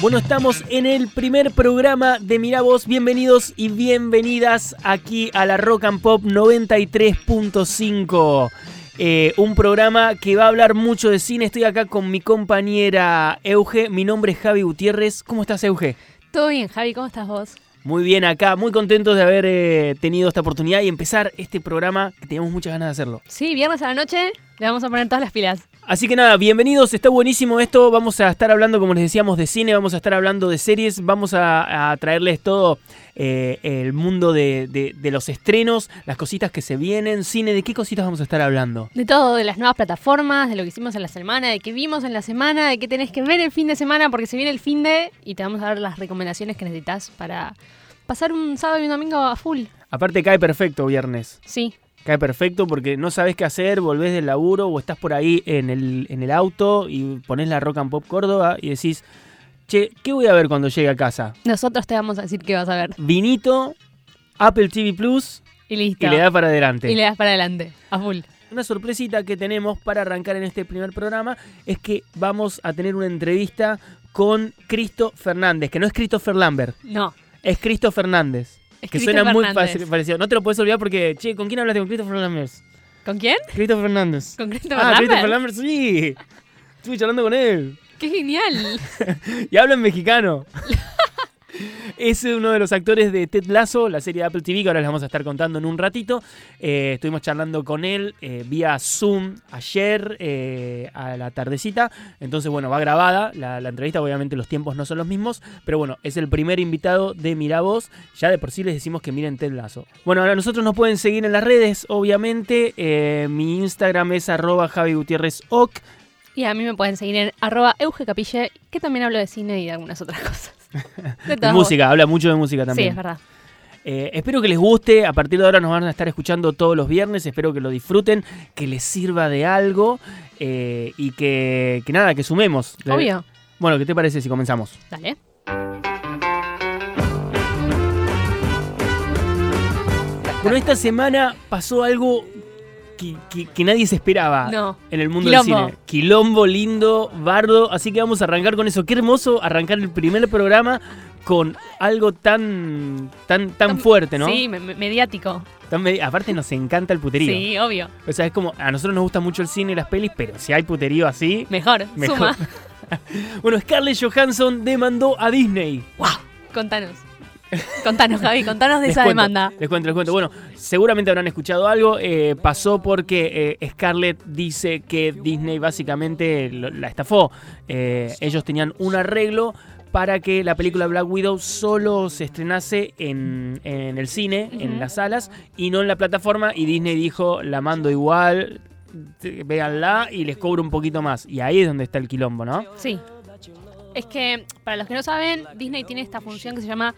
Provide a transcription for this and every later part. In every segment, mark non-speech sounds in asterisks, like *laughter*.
Bueno, estamos en el primer programa de Mirá Vos. Bienvenidos y bienvenidas aquí a la Rock and Pop 93.5. Eh, un programa que va a hablar mucho de cine. Estoy acá con mi compañera Euge. Mi nombre es Javi Gutiérrez. ¿Cómo estás, Euge? Todo bien, Javi, ¿cómo estás vos? Muy bien acá, muy contentos de haber eh, tenido esta oportunidad y empezar este programa que teníamos muchas ganas de hacerlo. Sí, viernes a la noche le vamos a poner todas las pilas. Así que nada, bienvenidos, está buenísimo esto. Vamos a estar hablando, como les decíamos, de cine, vamos a estar hablando de series, vamos a, a traerles todo eh, el mundo de, de- de los estrenos, las cositas que se vienen, cine, ¿de qué cositas vamos a estar hablando? De todo, de las nuevas plataformas, de lo que hicimos en la semana, de qué vimos en la semana, de qué tenés que ver el fin de semana, porque se viene el fin de y te vamos a dar las recomendaciones que necesitas para pasar un sábado y un domingo a full. Aparte cae perfecto viernes, Sí, cae perfecto porque no sabes qué hacer, volvés del laburo o estás por ahí en el, en el auto y pones la Rock and Pop Córdoba y decís, che, ¿qué voy a ver cuando llegue a casa? nosotros te vamos a decir qué vas a ver. Vinito, Apple TV Plus Y y listo. le da para adelante. Y le das para adelante, a full. Una sorpresita que tenemos para arrancar en este primer programa es que vamos a tener una entrevista con Cristo Fernández, que no es Christopher Lambert, No. es Cristo Fernández. es Que Cristo suena muy Fernández. fácil- parecido. No te lo puedes olvidar porque, che, ¿con quién hablaste? Con Cristo Fernández. ¿Con quién? Cristo Fernández. ¿Con Cristo Ah, Fernández? Cristo Fernández, sí. Estuve charlando con él. ¡Qué genial! Y habla en mexicano. *laughs* Es uno de los actores de Ted Lasso, la serie de Apple TV, que ahora les vamos a estar contando en un ratito. Eh, estuvimos charlando con él eh, vía Zoom ayer eh, a la tardecita. Entonces, bueno, va grabada la, la entrevista. Obviamente los tiempos no son los mismos. Pero bueno, es el primer invitado de Mirá Vos. Ya de por sí les decimos que miren Ted Lasso. Bueno, ahora nosotros nos pueden seguir en las redes, obviamente. Eh, mi Instagram es arroba Javi Gutiérrez Oc. Y a mí me pueden seguir en arroba eugecapille, que también hablo de cine y de algunas *laughs* otras cosas. De Y todas vos. música, habla mucho de música también. Sí, es verdad. Eh, espero que les guste. A partir de ahora nos van a estar escuchando todos los viernes. Espero que lo disfruten, que les sirva de algo eh, y que, que nada, que sumemos. Eh, Obvio. Bueno, ¿qué te parece si comenzamos? Dale. Bueno, esta semana pasó algo que, que- que nadie se esperaba No. en el mundo Quilombo. del cine. Quilombo, lindo, bardo. Así que vamos a arrancar con eso. Qué hermoso arrancar el primer programa con algo tan, tan, tan Tan- fuerte, ¿Este ¿no? Sí, me- me- mediático. Tan medi- aparte nos encanta el puterío. Sí, obvio. O sea, es como, a nosotros nos gusta mucho el cine y las pelis, pero si hay puterío así. Mejor, Mejor. suma. *laughs* Bueno, Scarlett Johansson demandó a Disney. Contanos. Contanos, Javi, contanos de *laughs* esa cuento, demanda. Les cuento, les cuento. Bueno, seguramente habrán escuchado algo. eh, pasó porque eh, Scarlett dice que Disney básicamente lo- la estafó. Eh, ellos tenían un arreglo para que la película Black Widow solo se estrenase en, en el cine, en Ujú. las salas, y no en la plataforma. Y Disney dijo, la mando igual, te- véanla y les cobro un poquito más. Y ahí es donde está el quilombo, ¿no? Sí. Es que, para los que no saben, Disney tiene esta función que se llama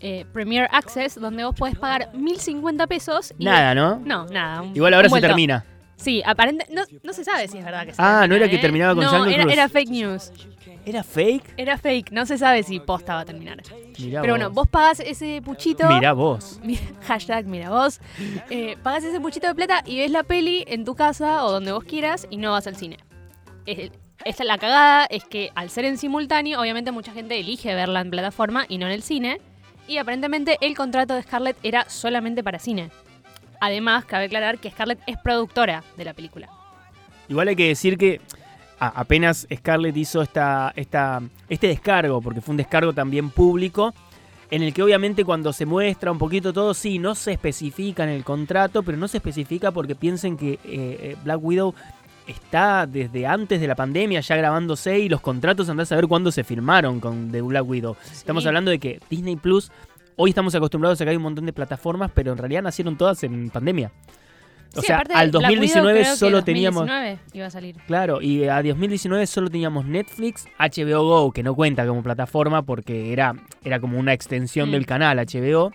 eh, Premier Access, donde vos podés pagar 1.050 pesos y... Nada, ¿no? No, nada. un- Igual ahora un se vuelto. termina. Sí, aparente... No, no se sabe si es verdad que se Ah, ¿no era termina, que ¿eh? terminaba con No, Jungle era, Cruise? era fake news. ¿Era fake? Era fake. No se sabe si posta va a terminar. Mirá Pero vos. bueno, vos pagás ese puchito... Mirá vos. Mira- *laughs* hashtag mira vos, eh, pagas ese puchito de plata y ves la peli en tu casa o donde vos quieras y no vas al cine. Es- Esta es la cagada, es que al ser en simultáneo, obviamente mucha gente elige verla en plataforma y no en el cine. Y aparentemente el contrato de Scarlett era solamente para cine. Además, cabe aclarar que Scarlett es productora de la película. Igual hay que decir que a- apenas Scarlett hizo esta, esta, este descargo, porque fue un descargo también público, en el que obviamente cuando se muestra un poquito todo, sí, no se especifica en el contrato, pero no se especifica porque piensen que eh, eh, Black Widow está desde antes de la pandemia ya grabándose y los contratos andás a ver cuándo se firmaron con de Black Widow. Estamos Sí. hablando de que Disney Plus, hoy estamos acostumbrados a que hay un montón de plataformas, pero en realidad nacieron todas en pandemia. O Sí, sea, aparte, al Black Widow 2019 creo que solo teníamos... 2019 iba a salir. Claro, y a 2019 solo teníamos Netflix, HBO Go, que no cuenta como plataforma porque era, era como una extensión Mm. del canal HBO.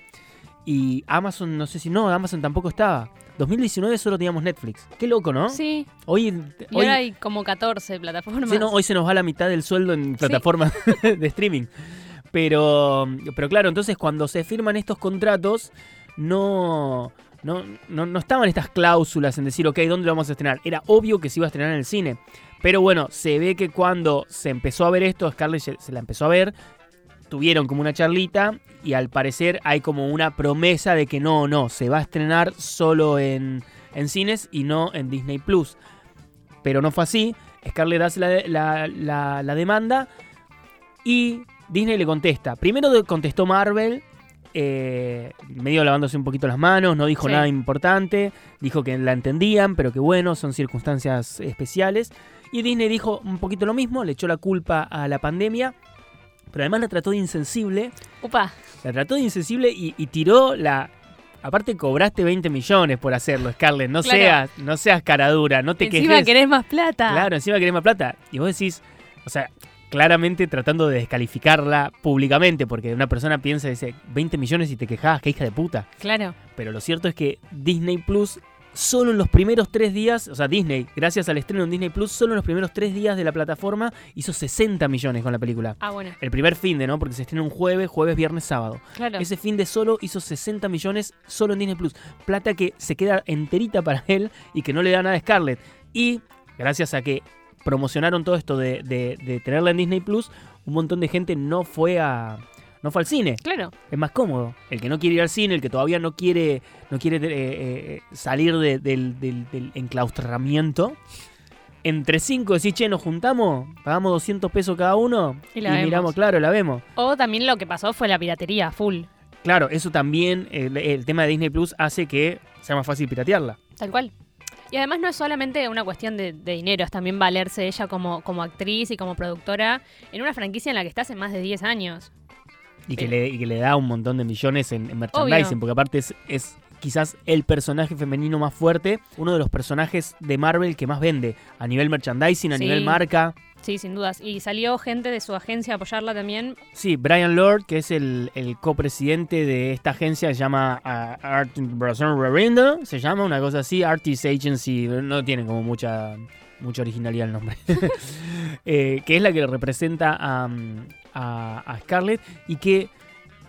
Y Amazon, no sé si no, Amazon tampoco estaba. 2019 solo teníamos Netflix. Qué loco, ¿no? Sí, Hoy, y hoy, ahora hay como 14 plataformas. sí, no, hoy se nos va la mitad del sueldo en plataformas *laughs* de streaming. Pero, pero claro, entonces cuando se firman estos contratos, no, no, no, no estaban estas cláusulas en decir, ok, ¿dónde lo vamos a estrenar? Era obvio que se iba a estrenar en el cine. Pero bueno, se ve que cuando se empezó a ver esto, Scarlett se, se la empezó a ver, tuvieron como una charlita y al parecer hay como una promesa de que no, no, se va a estrenar solo en, en cines y no en Disney Plus. Pero no fue así. Scarlett hace la, la- la- la demanda y Disney le contesta. Primero de- contestó Marvel, eh, medio lavándose un poquito las manos, no dijo Sí. nada importante, dijo que la entendían, pero que bueno, son circunstancias especiales. Y Disney dijo un poquito lo mismo, le echó la culpa a la pandemia, pero además la trató de insensible, Upa, la trató de insensible y, y tiró la... Aparte cobraste 20 millones por hacerlo, Scarlett, no, Claro. seas, no seas cara dura, no te encima quejes. querés más plata. Claro, encima querés más plata. Y vos decís, o sea, claramente tratando de descalificarla públicamente, porque una persona piensa, dice, 20 millones y te quejabas, qué hija de puta. Claro. Pero lo cierto es que Disney Plus, solo en los primeros tres días, o sea, Disney, gracias al estreno en Disney Plus, solo en los primeros tres días de la plataforma hizo 60 millones con la película. Ah, bueno, El primer fin de, ¿no? Porque se estrena un jueves, jueves, viernes, sábado. claro. Ese fin de solo hizo 60 millones solo en Disney Plus. Plata que se queda enterita para *laughs* él y que no le da nada a Scarlett. Y gracias a que promocionaron todo esto de, de- de tenerla en Disney Plus, un montón de gente no fue a. No fue al cine, Claro, es más cómodo. El que no quiere ir al cine, el que todavía no quiere, no quiere eh, eh, salir de- del, del- del enclaustramiento. Entre cinco decís, che, nos juntamos, pagamos 200 pesos cada uno Y la vemos. miramos, claro, la vemos. o también lo que pasó fue la piratería, full, Claro, eso también, el, el tema de Disney Plus hace que sea más fácil piratearla. tal cual. Y además no es solamente una cuestión de, de dinero, es también valerse ella como, como actriz y como productora en una franquicia en la que está hace más de 10 años. Y que, Sí. le, y que le da un montón de millones en, en merchandising, Obvio. porque aparte es, es quizás el personaje femenino más fuerte, uno de los personajes de Marvel que más vende, a nivel merchandising, a Sí. nivel marca. Sí, sin dudas. Y salió gente de su agencia a apoyarla también. Sí, Brian Lord, que es el, el copresidente de esta agencia, se llama ah, Art Brasil Rarindo, se llama una cosa así, Artist Agency, no tiene como mucha, mucha originalidad el nombre, *laughs* Eh, que es la que representa a, mm, a- a Scarlett y que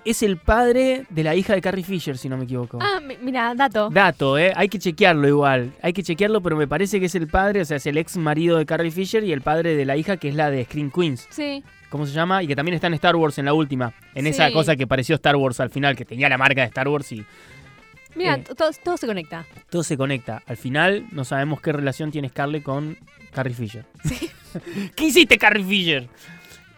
es el padre de la hija de Carrie Fisher, si no me equivoco. Ah, mi- mira, dato. Dato, ¿eh? Hay que chequearlo igual. Hay que chequearlo, pero me parece que es el padre, o sea, es el ex marido de Carrie Fisher y el padre de la hija, que es la de Scream Queens. Sí, ¿Cómo se llama? Y que también está en Star Wars en la última. En esa Sí. cosa que pareció Star Wars al final, que tenía la marca de Star Wars y mira, Eh. to- todo, todo se conecta. todo se conecta. Al final no sabemos qué relación tiene Scarlett con Carrie Fisher. *laughs* ¿Qué hiciste, Carrie Fisher?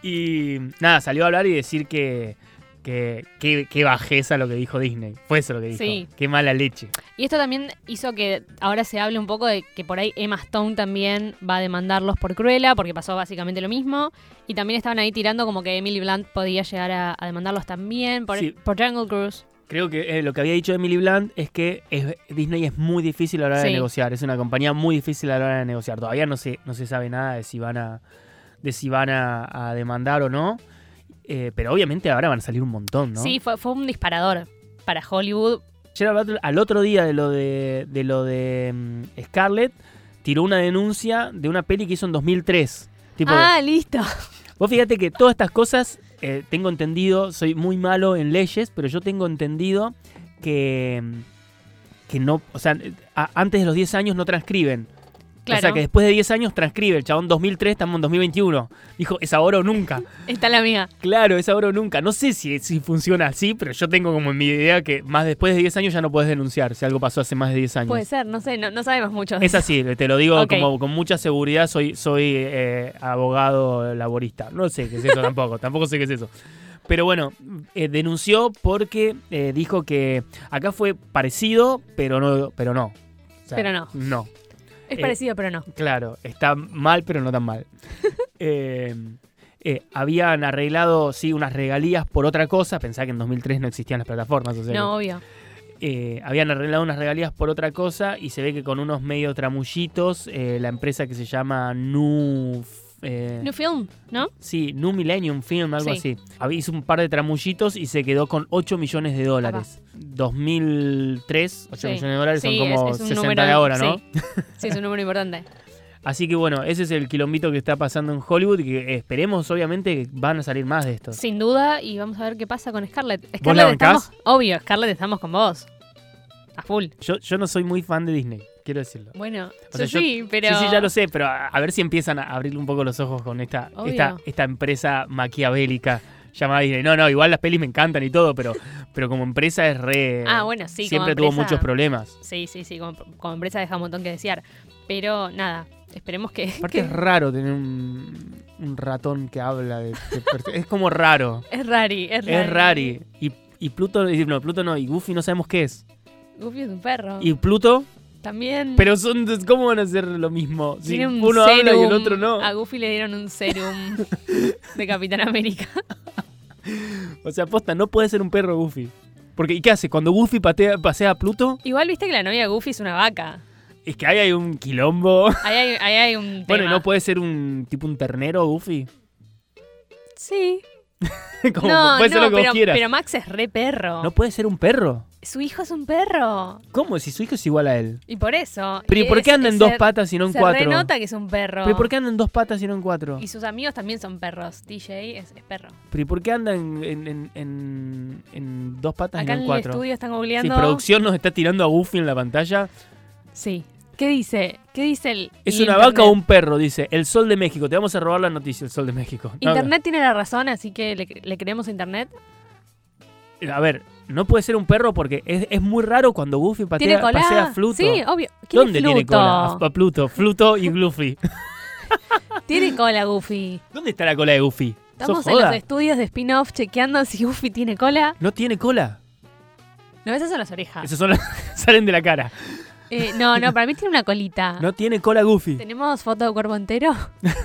Y nada, salió a hablar y decir que. Que, que- que bajeza lo que dijo Disney. Fue eso lo que dijo. Sí. Qué mala leche. Y esto también hizo que ahora se hable un poco de que por ahí Emma Stone también va a demandarlos por Cruella, porque pasó básicamente lo mismo. Y también estaban ahí tirando como que Emily Blunt podía llegar a, a demandarlos también por, Sí. por Jungle Cruise. Creo que eh, lo que había dicho Emily Blunt es que es- Disney es muy difícil a la hora de Sí. negociar. Es una compañía muy difícil a la hora de negociar. Todavía no se, no se sabe nada de si van a, de si van a, a demandar o no. Eh, pero obviamente ahora van a salir un montón, ¿no? Sí, fue, fue un disparador para Hollywood. Gerard Butler, al otro día de lo de, de lo de mm, Scarlett, tiró una denuncia de una peli que hizo en 2003. Tipo, ah, listo. Vos fíjate que todas estas cosas, eh, tengo entendido, soy muy malo en leyes, pero yo tengo entendido que, que no, o sea, a- antes de los 10 años no transcriben. *laughs* Claro, O sea, que después de 10 años transcribe. El chabón 2003, estamos en 2021. Dijo, es ahora o nunca. está la mía. claro, es ahora o nunca. No sé si, si funciona así, pero yo tengo como en mi idea que más después de 10 años ya no puedes denunciar si algo pasó hace más de 10 años. Puede ser, no sé, no, no sabemos mucho. de Es así, te lo digo Ok. como con mucha seguridad, soy, soy eh, abogado laborista. No sé qué es eso tampoco, *laughs* tampoco sé qué es eso. Pero bueno, eh, denunció porque eh, dijo que acá fue parecido, pero no, pero no. O sea, Pero no. No, Es eh, parecido, pero no. claro, está mal, pero no tan *laughs* mal. Eh, eh, habían arreglado, sí, unas regalías por otra cosa. Pensá que en 2003 no existían las plataformas. O sea, que- No, obvio. eh, habían arreglado unas regalías por otra cosa y se ve que con unos medio tramullitos eh, la empresa que se llama Nu... eh, New film, ¿no? sí, Nu Millennium Film, algo Sí. así. Había- hizo un par de tramullitos y se quedó con 8 millones de dólares. 2003, 8 Sí. millones de dólares Sí, son como es- es un 60 número- de ahora, ¿no? Sí. Sí, es un número importante. Así que bueno, ese es el quilombito que está pasando en Hollywood y que esperemos, obviamente, que van a salir más de estos. Sin duda, y vamos a ver qué pasa con Scarlett. Scarlett la bancás? estamos, obvio, Scarlett estamos con vos. A full. Yo, yo no soy muy fan de Disney. quiero decirlo. Bueno, O sea, yo- yo sí, pero. Sí, sí, ya lo sé, pero a, a ver si empiezan a abrirle un poco los ojos con esta, Obvio. esta, esta empresa maquiavélica llamada Disney. No, no, igual las pelis me encantan y todo, pero, pero como empresa es re... Ah, bueno, sí, como Siempre tuvo empresa- muchos problemas. Sí, sí, sí, como, como empresa deja un montón que desear. Pero nada, esperemos que. Aparte es raro tener un, un ratón que habla de... de per- es como raro. *laughs* Es rari, es rari. Es rari. Y, y Pluto, y- no, Pluto no, y Goofy no sabemos qué es. Goofy es un perro. Y Pluto, También. pero son, ¿cómo van a ser lo mismo? Si tiene un uno serum. habla y el otro no. A Goofy le dieron *laughs* un serum de Capitán América. O sea, aposta, no puede ser un perro Goofy. Porque, ¿y qué hace? Cuando Goofy patea, pasea a Pluto, Igual viste que la novia de Goofy es una vaca. es que ahí hay un quilombo. *laughs* Ahí hay, ahí hay un. Bueno, ¿y tema. no puede ser un tipo un ternero Goofy. *laughs* Sí. Como, no, puede no, ser lo que pero, vos quieras. pero Max es re perro. No puede ser un perro. Su hijo es un perro. ¿Cómo? Si su hijo es igual a él. Y por eso. Pero ¿y es- por qué anda en se- dos patas y no en se cuatro? renota que es un perro. ¿Pero ¿y por qué anda en dos patas y no en cuatro? Y sus amigos también son perros. DJ es, es perro. ¿Pero ¿y por qué anda en, en- en- en- en dos patas y no Acá en en el cuatro? estudio están si googleando. producción nos está tirando a Goofy en la pantalla. Sí. ¿Qué dice? ¿Qué dice el Es el una internet? vaca o un perro, dice. El Sol de México. Te vamos a robar la noticia, el Sol de México. No, Internet tiene la razón, así que le, le creemos a internet. eh, A ver, no puede ser un perro porque es, es muy raro cuando Goofy patea, ¿Tiene cola? pasea a Fluto. Sí, obvio. ¿Quién es ¿Dónde tiene Fluto? cola? Ah, A, a Pluto, Fluto y *laughs* Goofy. Tiene cola, Goofy. ¿Dónde está la cola de Goofy? ¿Sos Estamos en joda? los estudios de spin-off chequeando si Goofy tiene cola. No tiene cola. No, esas son las orejas. Esos son los- *laughs* salen de la cara. Eh, no, no, para mí tiene una colita. *laughs* No tiene cola Goofy. ¿Tenemos foto de cuerpo entero?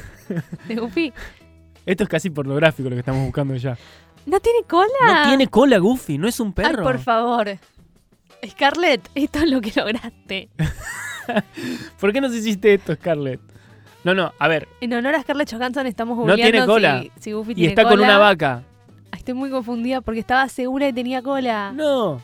*laughs* ¿De Goofy? Esto es casi pornográfico lo que estamos buscando ya. ¿No tiene cola? No tiene cola Goofy, no es un Ah. Ay, perro. por favor. Scarlett, esto es lo que lograste. ¿Por qué nos hiciste esto, Scarlett? No, no, a ver. En honor a Scarlett Johansson estamos No googleando tiene cola. Si, si Goofy Y tiene está cola. con una vaca. Ay, Estoy muy confundida porque estaba segura que tenía cola. No.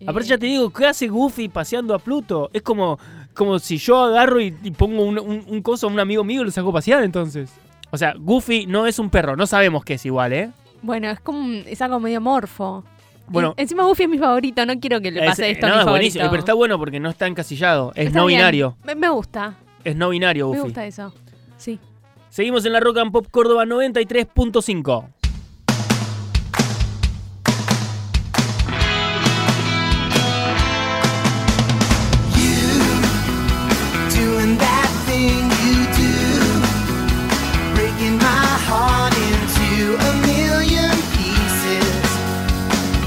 Eh, Aparte ya te digo, ¿qué hace Goofy paseando a Pluto? Es como, como si yo agarro y, y pongo un, un- un coso a un amigo mío y lo saco a pasear entonces. O sea, Goofy no es un perro, no sabemos que es igual, ¿eh? Bueno, es como un- es algo medio morfo. Bueno, Y encima Goofy es mi favorito, no quiero que le pase es- esto no, a mi es favorito. buenísimo, pero está bueno porque no está encasillado, es Está no bien. binario, Me, me gusta, es no binario me Goofy. gusta eso. Sí. Seguimos en la Rock and Pop Córdoba 93.5. doing that thing you do, breaking my heart into a million pieces,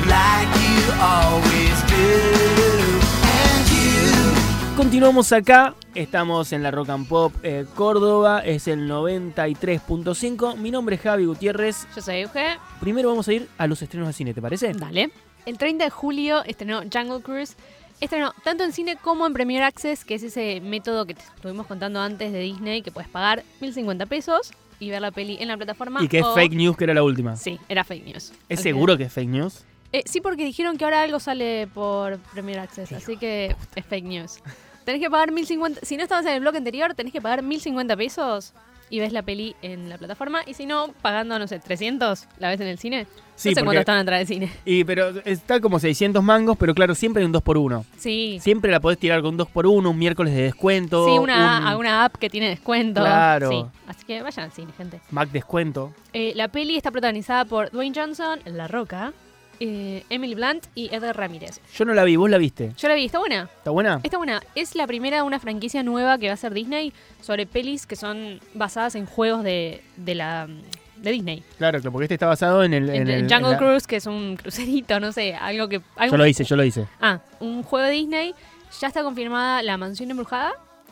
like you always do. And you. Continuamos acá, estamos en la Rock and Pop eh, Córdoba, es el 93.5. Mi nombre es Javi Gutiérrez. Yo soy Euge. Primero vamos a ir a los estrenos de cine, ¿te parece? *laughs* Dale. El 30 de julio estrenó Jungle Cruise. Estrenó tanto en cine como en Premier Access, que es ese método que te estuvimos contando antes de Disney, que puedes pagar 1.050 pesos y ver la peli en la plataforma. Y que es o- fake news, que era la última. Sí, era fake news. ¿Es Al seguro que es fake news? Eh, sí, porque dijeron que ahora algo sale por Premier Access, así que es fake news. Tenés que pagar 1050, si no estabas en el blog anterior, tenés que pagar 1050 pesos y ves la peli en la plataforma, y si no, pagando, no sé, 300, la ves en el cine. Sí, no sé porque- cuánto están atrás del cine. Y pero está como 600 mangos, pero claro, siempre hay un 2x1. Sí, sí, Siempre la podés tirar con un 2x1, un miércoles de descuento. una, un alguna app que tiene descuento. Claro. Sí, así que vayan al cine, gente. Mac descuento. Eh, la peli está protagonizada por Dwayne Johnson, La Roca, eh, Emily Blunt y Edgar Ramírez. Yo no la vi, vos la viste. Yo la vi, está buena. ¿Está buena? Esta buena es la primera de una franquicia nueva que va a hacer Disney sobre pelis que son basadas en juegos de, de la de Disney. Claro, claro, porque este está basado en el... En, el- en Jungle la- Cruise, que es un crucerito, no sé, algo que. Yo algún- lo hice, yo lo hice. Ah, un juego de Disney. Ya está confirmada la mansión embrujada.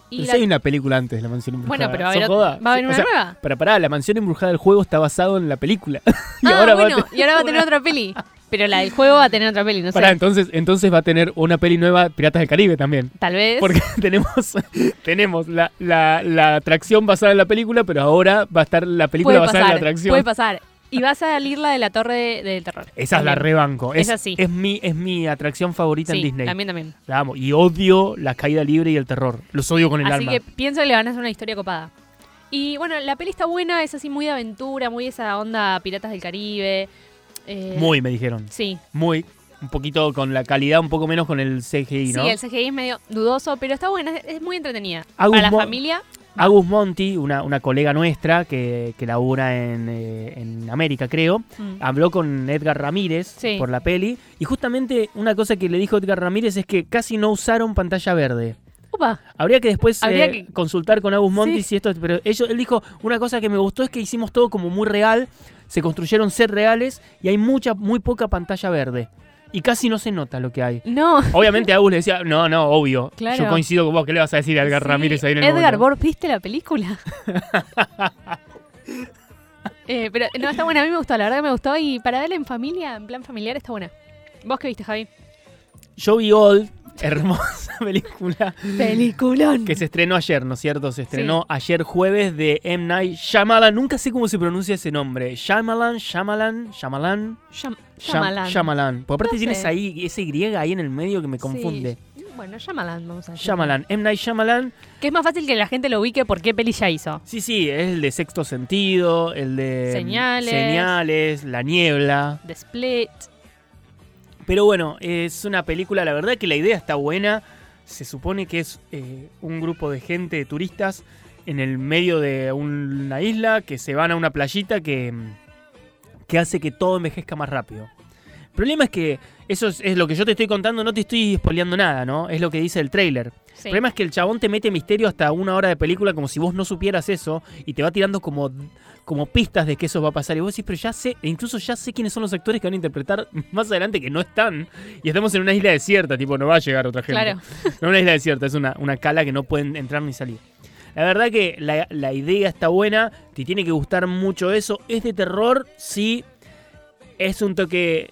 Y Pero la- si hay una película antes, La Mansión Embrujada. Bueno, pero va a ¿Sos haber, joda? va a Sí, haber o una sea, nueva. Para pará, La Mansión Embrujada del juego está basado en la película. *laughs* y ah, ahora bueno, va a tener... *laughs* y ahora va a tener otra peli. Pero la del juego va a tener otra peli, no sé. Pará, entonces, entonces va a tener una peli nueva, Piratas del Caribe también. Tal vez. Porque *laughs* tenemos, tenemos la, la- la atracción basada en la película, pero ahora va a estar la película puede basada pasar. en la atracción. Puede pasar. Y va a salir la de la torre de- del terror. Esa es la También. rebanco. Es, Esa sí. es mi, es mi atracción favorita Sí, en Disney. también, también. La amo. Y odio la caída libre y el terror. Los odio con el Así alma. que pienso que le van a hacer una historia copada. Y bueno, la peli está buena, es así muy de aventura, muy esa onda Piratas del Caribe. eh, Muy, me dijeron. Sí, Muy. un poquito con la calidad, un poco menos con el CGI, ¿no? Sí, el CGI es medio dudoso, pero está buena, es, es muy entretenida. Agus Para la Mo- familia, Agus Monti, una, una colega nuestra que, que labura en, eh, en América, creo, mm, habló con Edgar Ramírez Sí. por la peli. Y justamente una cosa que le dijo Edgar Ramírez es que casi no usaron pantalla verde. upa, Habría que después eh, Habría que- consultar con Agus Monti Sí. si esto. Pero ellos, él dijo: Una cosa que me gustó es que hicimos todo como muy real, se construyeron ser reales y hay mucha, muy poca pantalla verde. Y casi no se nota lo que hay. no. Obviamente Agus le decía, no, no, obvio. Claro. Yo coincido con vos, ¿qué le vas a decir a Edgar Sí, Ramírez ahí en el Edgar, momento? ¿vos viste la película? *laughs* Eh, pero no, está buena, a mí me gustó, la verdad que me gustó. Y para verla en familia, en plan familiar, está buena. ¿Vos qué viste, Javi? Yo vi Old, *laughs* hermosa película, Peliculón. que se estrenó ayer, ¿no es cierto? Se estrenó ayer jueves de M. Night Shyamalan. Nunca sé cómo se pronuncia ese nombre. Shyamalan, Shyamalan, Shyamalan. Llam- Sham- Shyamalan. Shyamalan. Por aparte No tienes sé. ahí ese Y ahí en el medio que me confunde. Sí. Bueno, Shyamalan, vamos a decir. Shyamalan, M. Night Shyamalan. Que es más fácil que la gente lo ubique por qué peli ya hizo. Sí, sí, es el de Sexto Sentido, el de... mm, Señales. Señales, La Niebla. The Split. Pero bueno, es una película, la verdad que la idea está buena. Se supone que es eh, un grupo de gente, de turistas, en el medio de una isla que se van a una playita que, mm, que hace que todo envejezca más rápido. El problema es que eso es, es lo que yo te estoy contando, no te estoy spoileando nada, ¿no? Es lo que dice el tráiler. Sí. El problema es que el chabón te mete misterio hasta una hora de película como si vos no supieras eso y te va tirando como, como pistas de que eso va a pasar. Y vos decís, pero ya sé, e incluso ya sé quiénes son los actores que van a interpretar *laughs* más adelante que no están. Y estamos en una isla desierta, tipo, no va a llegar otra gente. Claro. No una isla desierta, es una, una cala que no pueden entrar ni salir. La verdad que la, la idea está buena, te tiene que gustar mucho eso. Es de terror, sí. Es un toque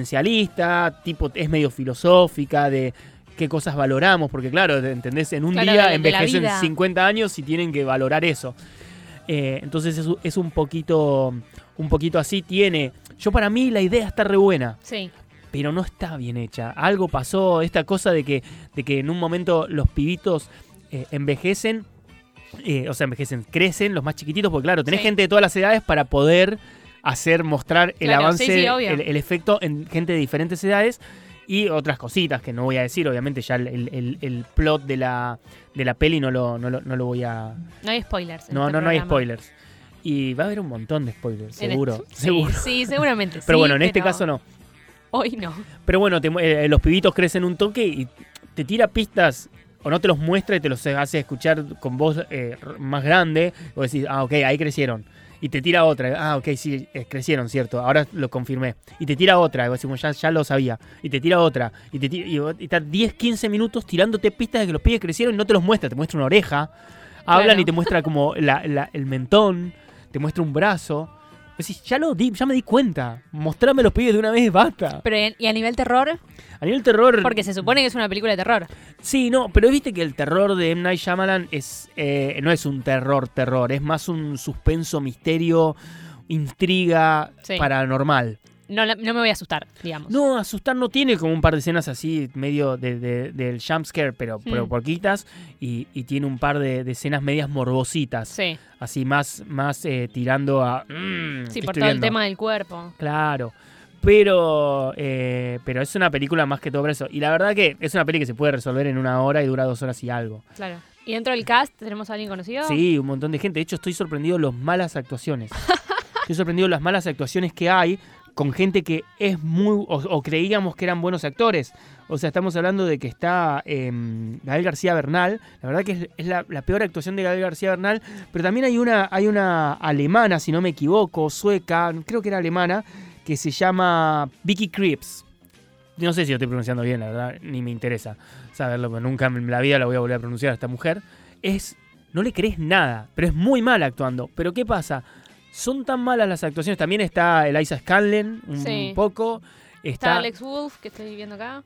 existencialista, tipo, es medio filosófica de qué cosas valoramos, porque claro, te- ¿entendés? En un Claro, día de- de la envejecen vida. 50 años y tienen que valorar eso. Eh, entonces es, un- es un poquito un poquito así tiene. Yo para mí la idea está re buena Sí. pero no está bien hecha. Algo pasó, esta cosa de que, de que en un momento los pibitos eh, envejecen, eh, o sea, envejecen, crecen los más chiquititos, porque claro, tenés Sí. gente de todas las edades para poder hacer, mostrar el Claro, avance, sí, sí, obvio. el, el efecto en gente de diferentes edades y otras cositas que no voy a decir, obviamente ya el, el- el- el plot de la, de la peli no lo, no lo- no lo voy a... No hay spoilers. en No, este no, no hay programa. spoilers. Y va a haber un montón de spoilers, En seguro, este- sí, seguro. Sí, seguramente. *laughs* Pero sí, bueno, en este caso no. Hoy no. Pero bueno, te mu- eh, los pibitos crecen un toque y te tira pistas o no te los muestra y te los hace escuchar con voz eh, r- más grande. O decís, ah, ok, ahí crecieron. Y te tira otra. Ah, ok, sí, eh, crecieron, cierto. Ahora lo confirmé. Y te tira otra. Y vos decís, "Bueno, ya, ya lo sabía. Y te tira otra. Y te tira- y vos- y está 10, 15 minutos tirándote pistas de que los pibes crecieron y no te los muestra. Te muestra una oreja. Hablan Claro. y te muestra como la- la- el mentón. Te muestra un brazo. Vos Decís, ya lo di, ya me di cuenta. Mostrame los pibes de una vez y basta. Pero en- y a nivel terror, A nivel terror. porque se supone que es una película de terror. Sí, no, pero viste que el terror de M. Night Shyamalan es, eh, no es un terror, terror. Es más un suspenso, misterio, intriga Sí. paranormal. No, la- no me voy a asustar, digamos. No, asustar no tiene como un par de escenas así, medio de- de- del jumpscare, pero, pero Mm. poquitas. Y, y tiene un par de, de escenas medias morbositas. Sí, Así más, más eh, tirando a. "Mm, sí, ¿qué estoy por todo el viendo?". tema del cuerpo. Claro. Pero, eh, pero es una película más que todo por eso. Y la verdad que es una peli que se puede resolver en una hora y dura dos horas y algo. Claro. ¿Y dentro del cast tenemos a alguien conocido? Sí, un montón de gente. De hecho, estoy sorprendido de las malas actuaciones. estoy sorprendido de las malas actuaciones que hay con gente que es muy. o, o creíamos que eran buenos actores. O sea, estamos hablando de que está eh, Gael García Bernal. La verdad que es, es la, la peor actuación de Gael García Bernal. Pero también hay una, hay una alemana, si no me equivoco, sueca, creo que era alemana, que se llama Vicky Creeps. No sé si lo estoy pronunciando bien, la verdad, ni me interesa saberlo, porque nunca en la vida la voy a volver a pronunciar a esta mujer. Es. No le crees nada, pero es muy mala actuando. Pero ¿qué pasa? Son tan malas las actuaciones. También está Eliza Scanlon, un Sí. poco. Está Está. Alex Wolf, que estoy viendo acá.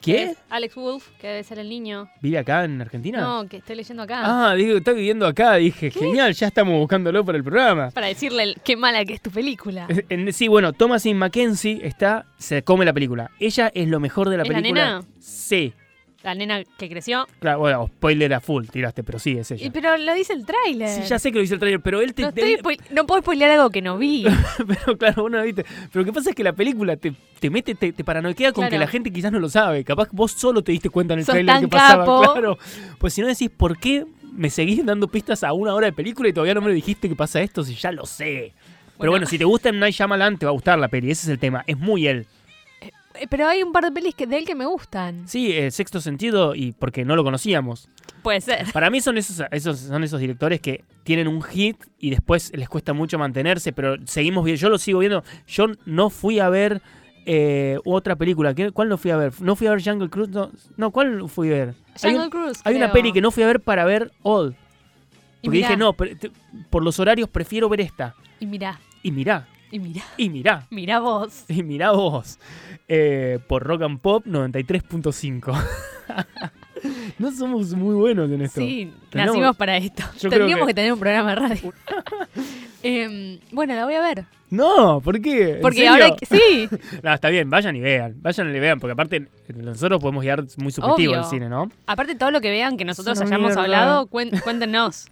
¿Qué? Es Alex Wolf, que debe ser el niño. ¿Vive acá en Argentina? No, que estoy leyendo acá. Ah, digo, está viviendo acá. Dije, genial, ya estamos buscándolo para el programa. Para decirle el- qué mala que es tu película. Es- en- Sí, bueno, E. Thomasin Mackenzie está, se come la película. Ella es lo mejor de la ¿Es la película. nena? Sí, la nena que creció. Claro, bueno, spoiler a full tiraste, pero sí, es Y- ella. pero lo dice el tráiler. Sí, ya sé que lo hizo el trailer, pero él te. No, estoy spoil- no puedo spoilear algo que no vi. *laughs* pero claro, vos no la viste. Pero lo que pasa es que la película te, te mete, te, te paranoiquea con Claro. que la gente quizás no lo sabe. Capaz vos solo te diste cuenta en el Sos trailer tan que pasaba, capo. claro. Pues si no decís, ¿por qué me seguís dando pistas a una hora de película y todavía no me lo dijiste que pasa esto si ya lo sé? Pero bueno, Bueno. si te gusta M. Night Shyamalan, te va a gustar la peli. Ese es el tema. Es muy él. Eh, Pero hay un par de pelis que, de él que me gustan. Sí, eh, Sexto Sentido, y porque no lo conocíamos. Puede ser. Para mí son esos, esos, son esos directores que tienen un hit y después les cuesta mucho mantenerse, pero seguimos viendo. Yo lo sigo viendo. Yo no fui a ver eh, otra película. ¿Qué- ¿Cuál no fui a ver? ¿No fui a ver Jungle Cruise? No, no, ¿cuál fui a ver? Hay, un- Jungle Cruise. hay una peli que no fui a ver para ver All. Y Porque mirá, dije, no, pre- te- por los horarios prefiero ver esta. Y mirá, Y mirá, y mirá, y mirá, *laughs* mirá vos. y mirá vos. Eh, por Rock and Pop 93.5. *laughs* no somos muy buenos en esto. Sí, Tenemos- nacimos para esto. Yo creo Tendríamos que- que... tener un programa de radio. *laughs* Em, bueno, la voy a ver. No, ¿por qué? ¿En Porque serio? ahora *laughs* que- sí, No, está bien, vayan y vean, vayan y vean, porque aparte nosotros podemos llegar muy subjetivo Obvio. al cine, ¿no? aparte todo lo que vean que nosotros Es una hayamos mierda. hablado, cuen- *laughs* cuéntenos.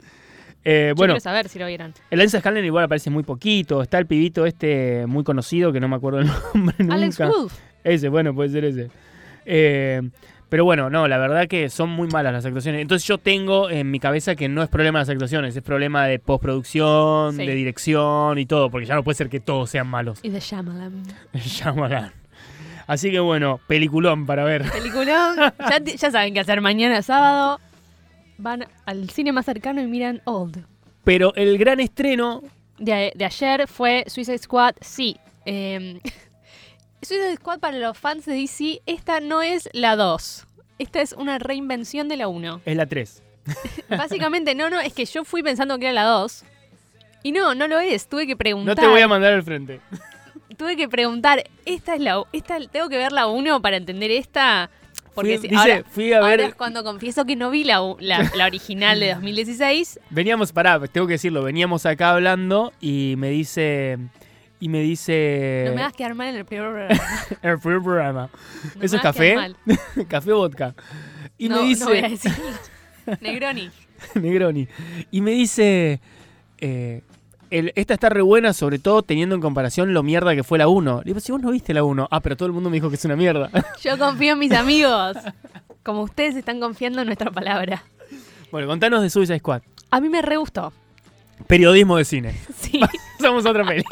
Eh, Yo bueno, quiero saber si lo vieron. Eliza Scanlon igual aparece muy poquito, está el pibito este muy conocido que no me acuerdo el *laughs* nombre nunca. Alex Wolf. Ese, bueno, puede ser ese. Eh, pero bueno, no, la verdad que son muy malas las actuaciones. Entonces yo tengo en mi cabeza que no es problema de las actuaciones, es problema de postproducción, Sí. de dirección y todo, porque ya no puede ser que todos sean malos. *laughs* Y The Shyamalan. Shyamalan. Así que bueno, peliculón para ver. Peliculón. ya, ti- ya saben qué hacer mañana sábado. Van al cine más cercano y miran Old. Pero el gran estreno De, de ayer fue Suicide Squad, sí. Em, *laughs* Suicide Squad para los fans de DC, esta no es la 2. Esta es una reinvención de *laughs* la 1. es la 3. Básicamente, no, no, es que yo fui pensando que era la 2. Y no, no lo es. Tuve que No preguntar. te voy a mandar al frente. Tuve que preguntar, ¿esta es la u- esta tengo que ver la 1 para entender esta? Porque fui, si- dice, ahora, fui a ahora ver. es cuando confieso que no vi la, u- la, *laughs* la original de 2016. Veníamos, pará, pues tengo que decirlo, veníamos acá hablando y me dice. Y me dice. *laughs* No me vas a quedar mal en el primer programa. El primer programa. *laughs* No me ¿Eso es hagas café? quedar mal. café o vodka. Y no, me no voy a dice. decir. Negroni. *laughs* Negroni. Y me dice. eh, el- esta está re buena, sobre todo teniendo en comparación lo mierda que fue la 1. Le digo, si vos no viste la 1. Ah, pero todo el mundo me dijo que es una mierda. *laughs* Yo confío en mis amigos. Como ustedes están confiando en nuestra palabra. bueno, contanos de Suicide Squad. A mí me re gustó. *laughs* Periodismo de cine. *laughs* Sí, Somos otra peli.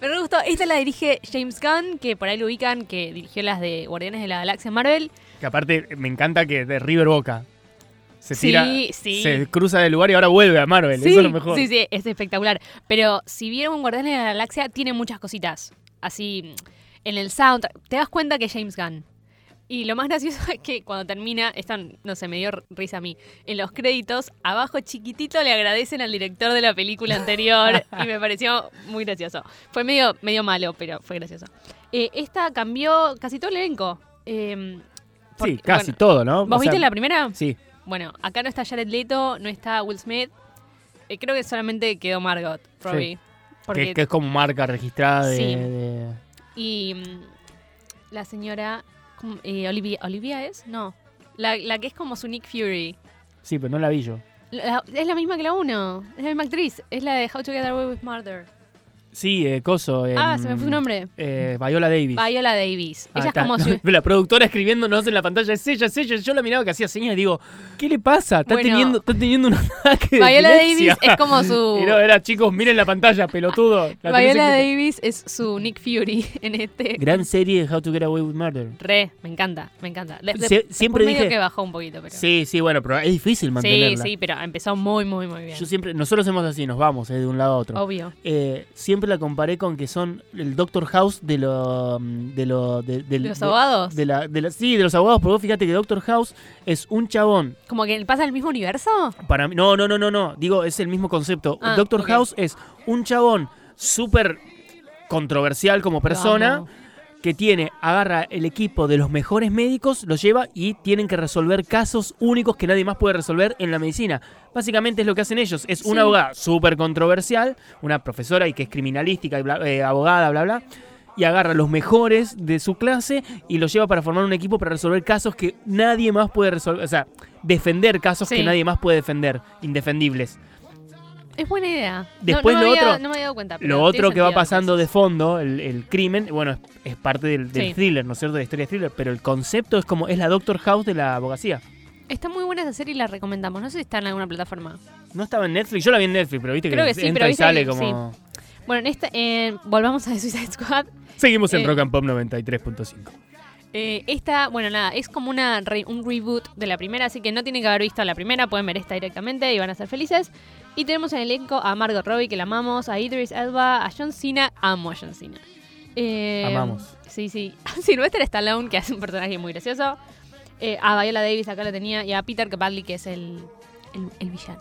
me re gustó. Esta la dirige James Gunn, que por ahí lo ubican, que dirigió las de Guardianes de la Galaxia en Marvel. Que aparte me encanta que de River Boca se Sí, tira, sí. se cruza del lugar y ahora vuelve a Marvel. sí, Eso es lo mejor. sí, sí, es espectacular. Pero si vieron Guardianes de la Galaxia, tiene muchas cositas. Así, en el sound, te das cuenta que es James Gunn. Y lo más gracioso *laughs* es que cuando termina, esto no sé, me dio risa a mí, en los créditos, abajo chiquitito le agradecen al director de la *laughs* película anterior y me pareció muy gracioso. Fue medio, medio malo, pero fue gracioso. Eh, esta cambió casi todo el elenco. Em, Sí, porque- casi bueno, todo, ¿no? ¿Vos O sea, viste la primera? Sí. Bueno, acá no está Jared Leto, no está Will Smith. Eh, creo que solamente quedó Margot Robbie. Porque, Que, que es como marca registrada de. Sí. de- Y mm, la señora... ¿cómo? Eh, Olivia, ¿Olivia es? No. La, la que es como su Nick Fury. Sí, pero no la vi yo. La- es la misma que la uno. Es la misma actriz. Es la de How to Get Away with Murder. Sí, eh, Coso. ah, em, se me fue su nombre. eh, Viola Davis. Viola Davis. Ah, Ella es está. *laughs* como su... La productora escribiéndonos en la pantalla, es ella, es ella. Yo la miraba que hacía señas y digo, ¿qué le pasa? Está, Bueno. teniendo, está teniendo un ataque de *laughs* Viola epilepsia. Davis es como su... *laughs* Y no, era, chicos, miren la pantalla, pelotudo. La tenés Viola en- Davis es su Nick Fury *laughs* en este... Gran serie de How to Get Away with Murder. Re, me encanta, me encanta. De- de- Sie- después siempre medio dije- que bajó un poquito, pero... Sí, sí, bueno, pero es difícil Sí, mantenerla. sí, pero empezó muy, muy, muy bien. Yo siempre, nosotros hacemos así, nos vamos eh, de un lado a otro. Obvio. Eh, siempre la comparé con que son el Doctor House de lo, de lo, de, del- ¿De los de- abogados? de la, de la- sí, de los abogados, porque vos fíjate que Doctor House es un chabón. ¿Como que pasa el mismo universo? Para mí, no, no, no, no, no. Digo, es el mismo concepto. Ah, Doctor ok. House es un chabón súper controversial como persona amo. que tiene, agarra el equipo de los mejores médicos, los lleva y tienen que resolver casos únicos que nadie más puede resolver en la medicina. Básicamente es lo que hacen ellos. Es una Sí. abogada súper controversial, una profesora y que es criminalística, y bla- eh, abogada, bla, bla. y agarra los mejores de su clase y los lleva para formar un equipo para resolver casos que nadie más puede resolver. O sea, defender casos Sí. que nadie más puede defender, indefendibles. Es buena idea. No- Después no, me lo había- otro- no me había dado cuenta. Ah, pero Lo tiene otro que va sentido. pues. pasando de fondo, el, el crimen, bueno, es, es parte del, del Sí. thriller, ¿no es cierto? De la historia de thriller, pero el concepto es como, es la Doctor House de la abogacía. Está muy buena esa serie y la recomendamos. No sé si está en alguna plataforma. No estaba en Netflix, yo la vi en Netflix, pero viste que, Creo que sí, entra pero y viste sale que- como... Bueno, en esta, en- volvamos a The Suicide Squad. Seguimos en Eh. Rock and Pop 93.5. Eh, esta, bueno, nada, es como una re- un reboot de la primera, así que no tienen que haber visto la primera, pueden ver esta directamente y van a ser felices. Y tenemos en el elenco a Margot Robbie, que la amamos, a Idris Elba, a John Cena, amo a John Cena. Eh, Amamos. Sí, sí. *laughs* A Sylvester Stallone, que hace un personaje muy gracioso. Eh, a Viola Davis, acá la tenía, y a Peter Capaldi, que es el, el, el villano.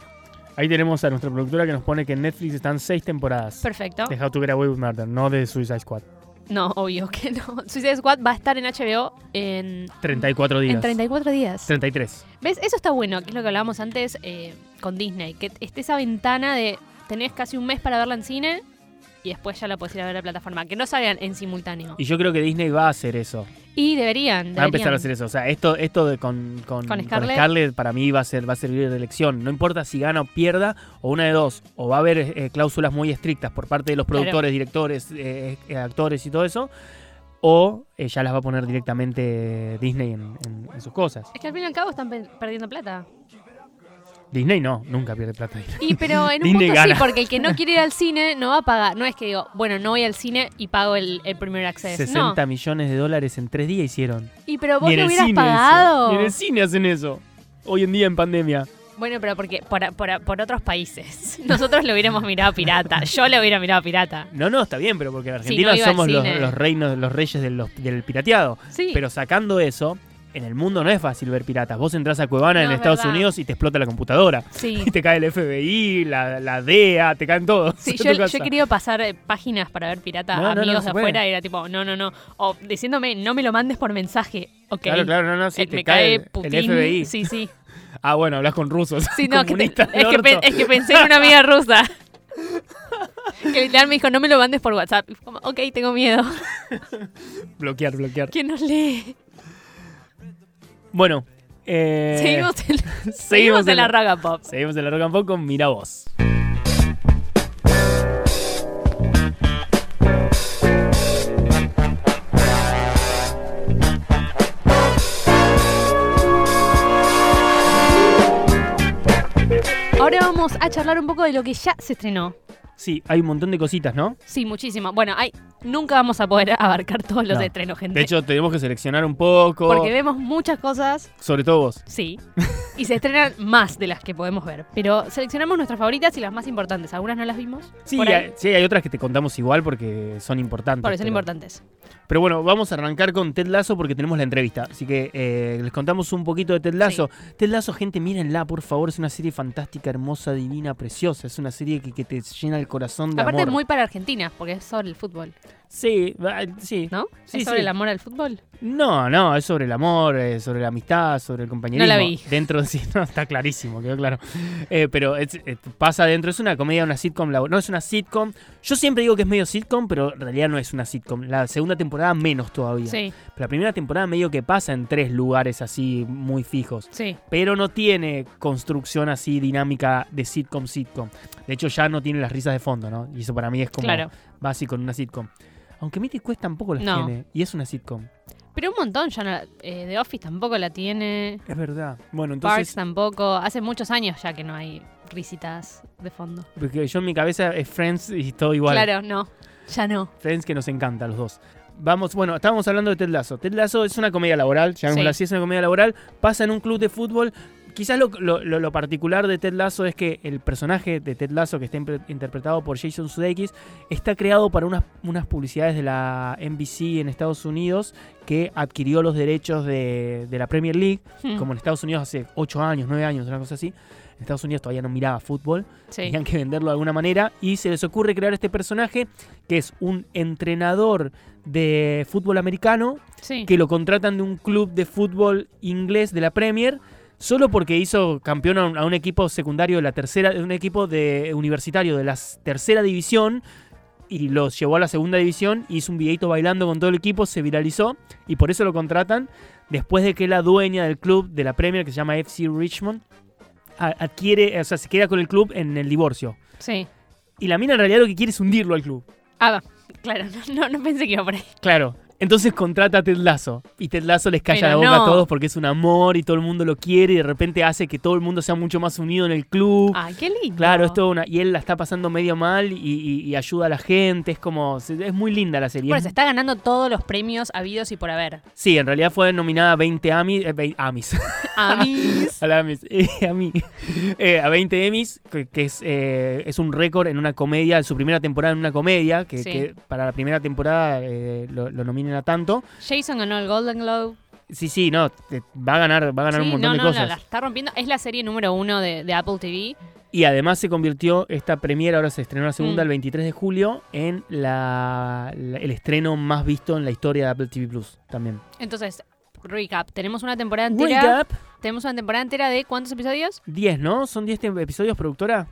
Ahí tenemos a nuestra productora que nos pone que en Netflix están seis temporadas. Perfecto. De How to Get Away with Murder, no de Suicide Squad. No, obvio que no. *laughs* Suicide Squad va a estar en HBO en, 34 días. en 34 días. 33. ¿Ves? Eso está bueno, que es lo que hablábamos antes eh, con Disney, que esté esa ventana de tenés casi un mes para verla en cine y después ya la podés ir a ver a la plataforma, que no salgan en simultáneo. Y yo creo que Disney va a hacer eso. Y deberían, Va a deberían. empezar a hacer eso. O sea, esto, esto de con, con, Con Scarlett. para mí va a ser, va a servir de elección. No importa si gana o pierda, o una de dos, o va a haber eh, cláusulas muy estrictas por parte de los Claro. productores, directores, eh, eh, actores y todo eso, o eh, ya las va a poner directamente Disney en, en- en sus cosas. Es que al fin y al cabo están pe- perdiendo plata. Disney no, nunca pierde plata. Y pero en un Disney punto gana. sí, porque el que no quiere ir al cine no va a pagar. No es que digo, bueno, no voy al cine y pago el, el primer acceso. 60 No. millones de dólares en tres días hicieron. Y pero vos Ni en lo el hubieras cine eso. pagado. Ni en el cine hacen eso. Hoy en día en pandemia. Bueno, pero porque por, por- por otros países. *laughs* Nosotros lo hubiéramos mirado pirata. Yo lo hubiera mirado pirata. No, no, está bien, pero porque en Sí, no Argentina iba al somos los, cine. los reinos, los reyes de los- del pirateado. Sí. Pero sacando eso, en el mundo no es fácil ver piratas. Vos entras a Cuevana No, en es Estados verdad. Unidos y te explota la *laughs* computadora. sí. Y te cae el FBI, la, la DEA, te caen todos. *laughs* Sí, en yo, tu yo casa. he querido pasar eh, páginas para ver pirata No, no, a no, amigos no se de puede. afuera y era tipo, no, no, no. O diciéndome, no me lo mandes por mensaje. Ok. Claro, claro, no, no, sí, Eh, te me cae, cae el- Putin. el FBI. *laughs* Sí, sí. Ah, bueno, hablas con rusos. *laughs* *laughs* Sí, no, que te- comunistas del es, que pe- orto. es que pensé en una *laughs* amiga rusa. Que literal me dijo, no me lo mandes por WhatsApp. Y fue como, ok, tengo miedo. *laughs* Bloquear, bloquear. ¿Quién nos lee? Bueno, eh, seguimos en, *laughs* seguimos seguimos en en la la- raga pop. seguimos en la rock and pop con Mira Vos. Ahora vamos a charlar un poco de lo que ya se estrenó. Sí, hay un montón de cositas, ¿no? Sí, muchísimo. Bueno, hay, nunca vamos a poder abarcar todos los No. estrenos, gente. De hecho, tenemos que seleccionar un poco. porque vemos muchas cosas. Sobre todo vos. Sí. Y se estrenan más de las que podemos ver. Pero seleccionamos nuestras favoritas y las más importantes. Algunas no las vimos. Sí, por ahí, hay, sí, hay otras que te contamos igual porque son importantes. porque son pero- importantes. Pero bueno, vamos a arrancar con Ted Lazo porque tenemos la entrevista. Así que eh, les contamos un poquito de Ted Lazo. Ted Lazo, gente, mírenla, por favor. Es una serie fantástica, hermosa, divina, preciosa. Es una serie que, que te llena el corazón de Aparte es amor. muy para Argentina, porque es sobre el fútbol, Sí, va- sí. ¿no? Sí, es sobre sí. el amor al fútbol. No, no, es sobre el amor, eh, sobre la amistad, sobre el compañerismo. No la vi. Dentro de *laughs* sí, no, está clarísimo, quedó claro. Eh, pero es- eh, pasa dentro, es una comedia, una sitcom, labo- no es una sitcom. Yo siempre digo que es medio sitcom, pero en realidad no es una sitcom. La segunda temporada menos todavía. Sí, Pero La primera temporada medio que pasa en tres lugares así muy fijos, sí. pero no tiene construcción así dinámica de sitcom sitcom. De hecho ya no tiene las risas de fondo, ¿no? Y eso para mí es como Claro. básico en una sitcom. Aunque Mythic Quest tampoco las No. tiene y es una sitcom. Pero un montón ya no la- eh, The Office tampoco la tiene. Es verdad. Bueno, Parks entonces tampoco. Hace muchos años ya que no hay risitas de fondo. porque yo en mi cabeza es Friends y todo igual. Claro, no. Ya no. Friends que nos encanta a los dos. Vamos, bueno, estábamos hablando de Ted Lasso. Ted Lasso es una comedia laboral, llamémosla así, es una comedia laboral. Pasa en un club de fútbol. Quizás lo, lo- lo- lo particular de Ted Lasso es que el personaje de Ted Lasso, que está impre- interpretado por Jason Sudeikis, está creado para unas, unas publicidades de la NBC en Estados Unidos que adquirió los derechos de, de la Premier League, *laughs* Hmm, como en Estados Unidos hace 8 años, 9 años, una cosa así. En Estados Unidos todavía no miraba fútbol sí. tenían que venderlo de alguna manera y se les ocurre crear este personaje que es un entrenador de fútbol americano sí. que lo contratan de un club de fútbol inglés de la Premier solo porque hizo campeón a un, a un equipo secundario de la tercera, de un equipo de universitario de la s- tercera división y los llevó a la segunda división, hizo un videito bailando con todo el equipo, se viralizó y por eso lo contratan después de que la dueña del club de la Premier, que se llama FC Richmond, a- adquiere, o sea, se queda con el club en el divorcio. Sí. Y la mina en realidad lo que quiere es hundirlo al club. Ah, va. Claro, *laughs* no, no, no pensé que iba por ahí. Claro. Entonces contrata a Ted Lasso. Y Ted Lasso les calla Pero la boca no. a todos porque es un amor y todo el mundo lo quiere y de repente hace que todo el mundo sea mucho más unido en el club. Ay, qué lindo. Claro, es toda una. Y él la está pasando medio mal y, y- y ayuda a la gente. Es como. se- Es muy linda la serie. Bueno, se está ganando todos los premios habidos y por haber. Sí, en realidad fue nominada a 20 Amis. eh, vei- Amis. *laughs* Amis. a la Amis. eh, a mí. Eh, a 20 Emmys, que, que es, eh, es un récord en una comedia, su primera temporada en una comedia, que, Sí. que para la primera temporada eh, lo, lo nominan a tanto. Jason ganó el Golden Globe. Sí, sí, no, te- va a ganar, va a ganar Sí, un montón no, de no, cosas. La, la está rompiendo. Es la serie número uno de, de Apple TV. Y además se convirtió esta premiera, ahora se estrenó la segunda Mm. el 23 de julio, en la- la- el estreno más visto en la historia de Apple TV Plus también. Entonces, recap. Tenemos una temporada entera. Wake Up, Tenemos una temporada entera de cuántos episodios. 10, ¿no? ¿Son 10 tem- episodios, productora?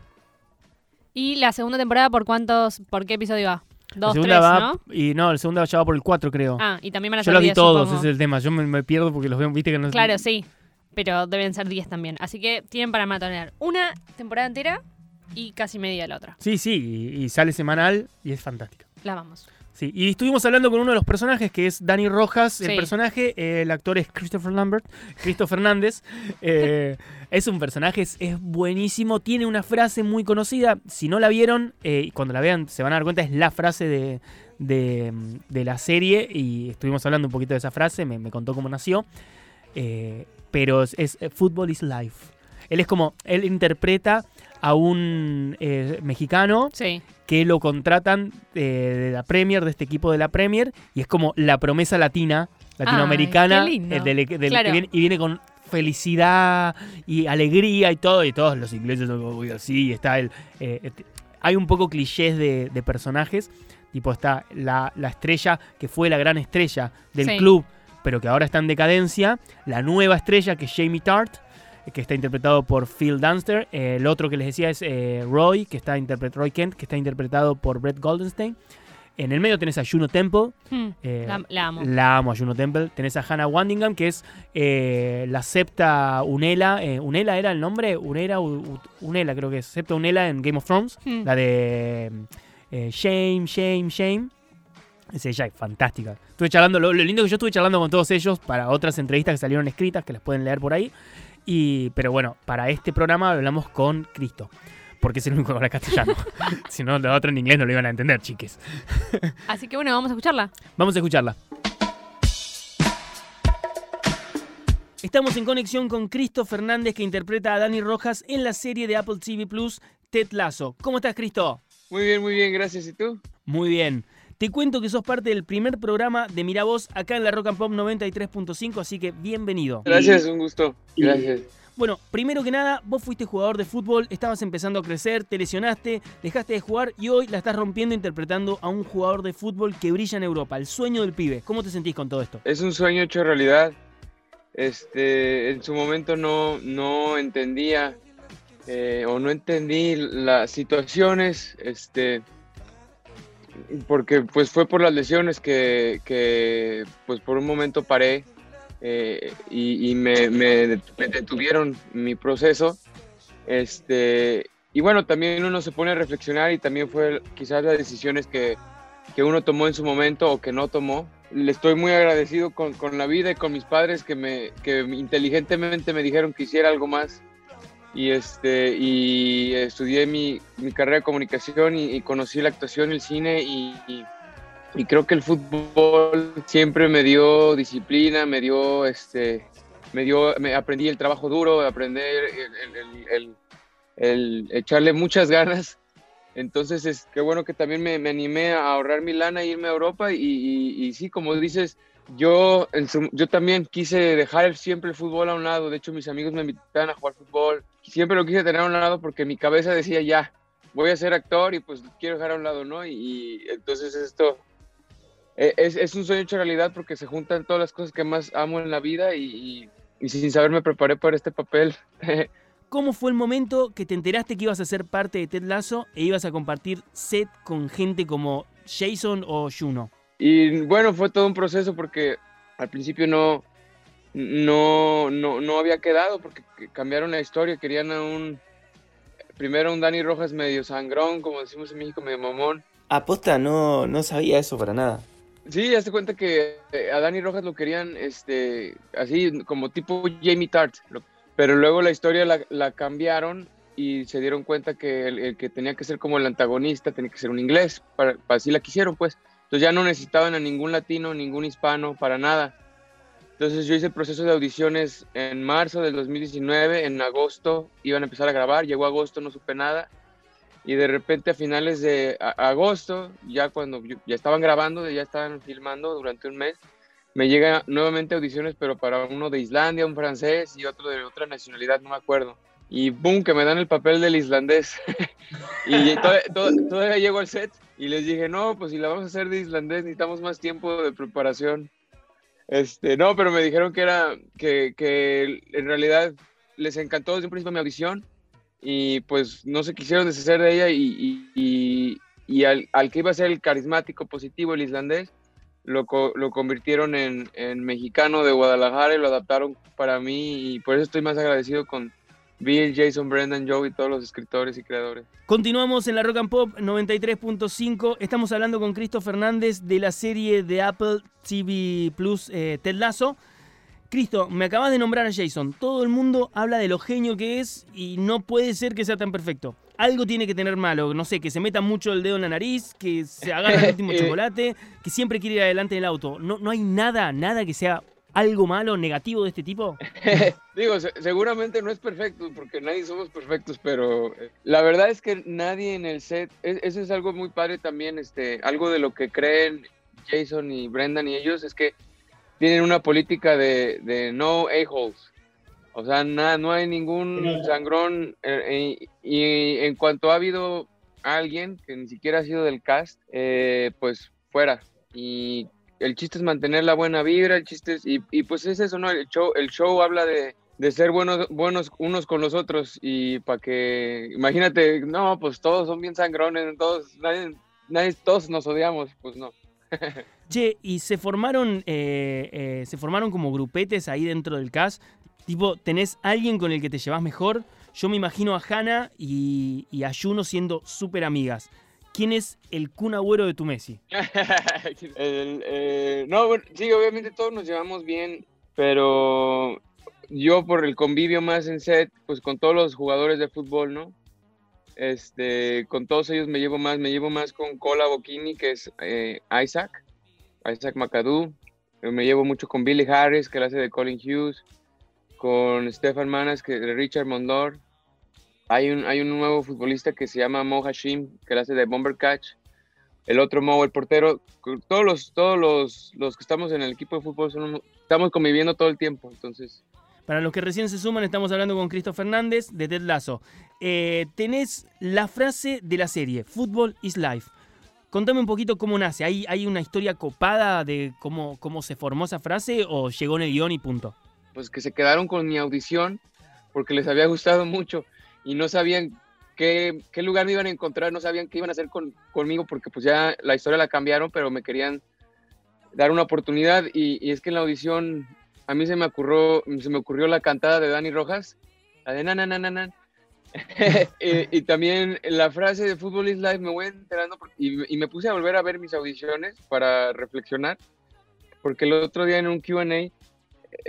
Y la segunda temporada por cuántos, por qué episodio va. La Dos, tres, segunda va, ¿no? Y no, el segundo ya va por el 4, creo. Ah, y también van a Yo ser los vi diez, todos, supongo. ese es el tema. Yo me, me pierdo porque los veo, viste que no Claro, sí. Pero deben ser 10 también. Así que tienen para matonear una temporada entera y casi media de la otra. Sí, sí, y, y sale semanal y es fantástico. La vamos. Sí, y estuvimos hablando con uno de los personajes que es Dani Rojas, el Sí. personaje, eh, el actor es Christopher Lambert, Cristo Fernández. eh, es un personaje, es, es buenísimo, tiene una frase muy conocida. Si no la vieron, eh, y cuando la vean se van a dar cuenta, es la frase de, de, mm, de la serie. Y estuvimos hablando un poquito de esa frase, me, me contó cómo nació. eh, pero es, es, eh, Football is Life. Él es como, él interpreta a un eh, mexicano Sí. que lo contratan eh, de la Premier, de este equipo de la Premier, y es como la promesa latina, latinoamericana, qué lindo. eh, del- del Claro. que viene- y viene con felicidad y alegría y todo, y todos los ingleses son como muy así, y está el... eh, este- hay un poco clichés de, de personajes, tipo está la, la estrella que fue la gran estrella del Sí. club, pero que ahora está en decadencia, la nueva estrella que es Jamie Tart, que está interpretado por Phil Dunster. El otro que les decía es eh, Roy, que está interpre- Roy Kent, que está interpretado por Brett Goldenstein. En el medio tenés a Juno Temple. Hmm. eh, La, la amo. la amo a Juno Temple. Tenés a Hannah Wandingham, que es eh, la septa Unela. eh, ¿Unela era el nombre? Unera, U- U- Unela creo que es. Septa Unela en Game of Thrones. Hmm. La de eh, Shame, Shame, Shame. Es ella, es fantástica. Estuve charlando, lo, lo lindo que yo estuve charlando con todos ellos para otras entrevistas que salieron escritas, que las pueden leer por ahí. Y, pero bueno, para este programa hablamos con Cristo. Porque es el único que habla *laughs* castellano. *laughs* si no, la otra en inglés no lo iban a entender, chiques. Así que bueno, vamos a escucharla. Vamos a escucharla. Estamos en conexión con Cristo Fernández, que interpreta a Dani Rojas en la serie de Apple TV Plus, Ted Lasso. ¿Cómo estás, Cristo? Muy bien, muy bien, gracias. ¿Y tú? Muy bien. Te cuento que sos parte del primer programa de Mirá Vos acá en la Rock and Pop 93.5, así que bienvenido. Gracias, un gusto. Gracias. Bueno, primero que nada, vos fuiste jugador de fútbol, estabas empezando a crecer, te lesionaste, dejaste de jugar y hoy la estás rompiendo interpretando a un jugador de fútbol que brilla en Europa, el sueño del pibe. ¿Cómo te sentís con todo esto? Es un sueño hecho realidad. Este, en su momento no, no entendía eh, o no entendí las situaciones, este, porque pues fue por las lesiones que, que, pues por un momento paré eh, y, y me, me- me detuvieron mi proceso. Este, y bueno, también uno se pone a reflexionar y también fue quizás las decisiones que, que uno tomó en su momento o que no tomó. Le estoy muy agradecido con, con la vida y con mis padres que me que inteligentemente me dijeron que hiciera algo más. Y, este, y estudié mi, mi carrera de comunicación y, y conocí la actuación, el cine y, y- y creo que el fútbol siempre me dio disciplina, me dio, este, me dio, me aprendí el trabajo duro, aprender, el- el- el- el- el echarle muchas ganas entonces, es, qué bueno que también me, me animé a ahorrar mi lana e irme a Europa. Y, y- y sí, como dices, yo, en su- yo también quise dejar el- siempre el fútbol a un lado. De hecho, mis amigos me invitaban a jugar fútbol. Siempre lo quise tener a un lado porque mi cabeza decía, ya, voy a ser actor y pues quiero dejar a un lado, ¿no? Y, y entonces esto eh, es, es un sueño hecho realidad porque se juntan todas las cosas que más amo en la vida y, y- y sin saber me preparé para este papel ¿Cómo fue el momento que te enteraste que ibas a ser parte de Ted Lasso e ibas a compartir set con gente como Jason o Juno? Y bueno, fue todo un proceso porque al principio no, no, no, no había quedado porque cambiaron la historia, querían a un, primero un Dani Rojas medio sangrón, como decimos en México, medio mamón. Aposta, no, no sabía eso para nada. Sí, hazte cuenta que eh, a Dani Rojas lo querían este, así como tipo Jamie Tart, lo- pero luego la historia la, la cambiaron y se dieron cuenta que el, el que tenía que ser como el antagonista tenía que ser un inglés, para, para- así la quisieron pues. Entonces ya no necesitaban a ningún latino, ningún hispano, para nada. Entonces yo hice el proceso de audiciones en marzo del 2019, en agosto iban a empezar a grabar, llegó agosto, no supe nada, y de repente a finales de a- agosto, ya cuando yo- ya estaban grabando, ya estaban filmando durante un mes, me llegan nuevamente audiciones, pero para uno de Islandia, un francés y otro de otra nacionalidad, no me acuerdo. Y boom, que me dan el papel del islandés. y to- to- todavía llego al set y les dije, no, pues si la vamos a hacer de islandés, necesitamos más tiempo de preparación. Este, no, pero me dijeron que era, que, que en realidad les encantó desde un principio mi audición y pues no se quisieron deshacer de ella y, y- y- y al, al que iba a ser el carismático positivo, el islandés, lo, co- lo convirtieron en, en mexicano de Guadalajara y lo adaptaron para mí y por eso estoy más agradecido con Bill, Jason, Brendan, Joe y todos los escritores y creadores. Continuamos en la Rock and Pop 93.5. Estamos hablando con Cristo Fernández de la serie de Apple TV Plus eh, Ted Lasso. Cristo, me acabas de nombrar a Jason. Todo el mundo habla de lo genio que es y no puede ser que sea tan perfecto. Algo tiene que tener malo, no sé, que se meta mucho el dedo en la nariz, que se agarre el último Eh. chocolate, que siempre quiere ir adelante en el auto. No, no hay nada, nada que sea algo malo, negativo de este tipo. Digo, se- seguramente no es perfecto, porque nadie somos perfectos, pero eh, la verdad es que nadie en el set, e- eso es algo muy padre también, este, algo de lo que creen Jason y Brendan y ellos, es que tienen una política de, de no a-holes. O sea, na- no hay ningún sangrón. eh, eh, y en cuanto ha habido alguien que ni siquiera ha sido del cast, eh, pues fuera. Y el chiste es mantener la buena vibra, el chiste es, y, y pues es eso, ¿no? El show, el show habla de, de ser buenos, buenos unos con los otros y para que, imagínate, no, pues todos son bien sangrones, todos, nadie, nadie, todos nos odiamos, pues no. Che, ¿y se formaron, eh, eh, se formaron como grupetes ahí dentro del cast? Tipo, ¿tenés alguien con el que te llevas mejor? Yo me imagino a Hannah y, y a Juno siendo súper amigas. ¿Quién es el Kun Agüero de tu Messi? *laughs* El, eh, no, bueno, sí, obviamente todos nos llevamos bien, pero yo por el convivio más en set, pues con todos los jugadores de fútbol, ¿no? Este, con todos ellos me llevo más, me llevo más con Cola Bocchini, que es eh, Isaac, Isaac McAdoo. Eh, Me llevo mucho con Billy Harris, que la hace de Colin Hughes, con Stefan Manas, que de Richard Mondor. Hay un, hay un nuevo futbolista que se llama Mo Hashim, que la hace de Bomber Catch el otro Mo, el portero, con todos los, todos los, los que estamos en el equipo de fútbol son- estamos conviviendo todo el tiempo, entonces Para los que recién se suman, estamos hablando con Cristo Fernández de Ted Lasso. Eh, tenés la frase de la serie, Football is Life. Contame un poquito cómo nace. ¿Hay, hay una historia copada de cómo, cómo se formó esa frase o llegó en el guión y punto? pues que se quedaron con mi audición porque les había gustado mucho y no sabían qué, qué lugar me iban a encontrar, no sabían qué iban a hacer con- conmigo porque pues ya la historia la cambiaron, pero me querían dar una oportunidad y, y es que en la audición a mí se me ocurrió, se me ocurrió la cantada de Dani Rojas, la de na na na na na. *laughs* y, y también la frase de Fútbol is Life me voy enterando por- y, y me puse a volver a ver mis audiciones para reflexionar porque el otro día en un Q&A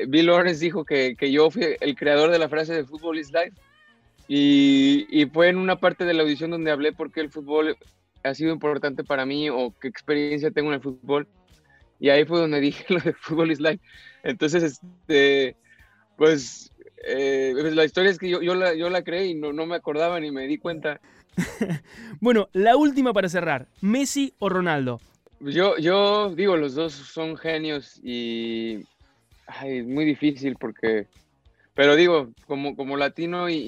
Bill Lawrence dijo que, que yo fui el creador de la frase de fútbol is life. Y, y fue en una parte de la audición donde hablé por qué el fútbol ha sido importante para mí o qué experiencia tengo en el fútbol. Y ahí fue donde dije *laughs* lo de fútbol is life. Entonces, este, pues, eh, pues la historia es que yo, yo, la, yo la creé y no, no me acordaba ni me di cuenta. Bueno, la última para cerrar. ¿Messi o Ronaldo? Yo, yo digo, los dos son genios y ay, es muy difícil porque, pero digo, como, como latino y, y-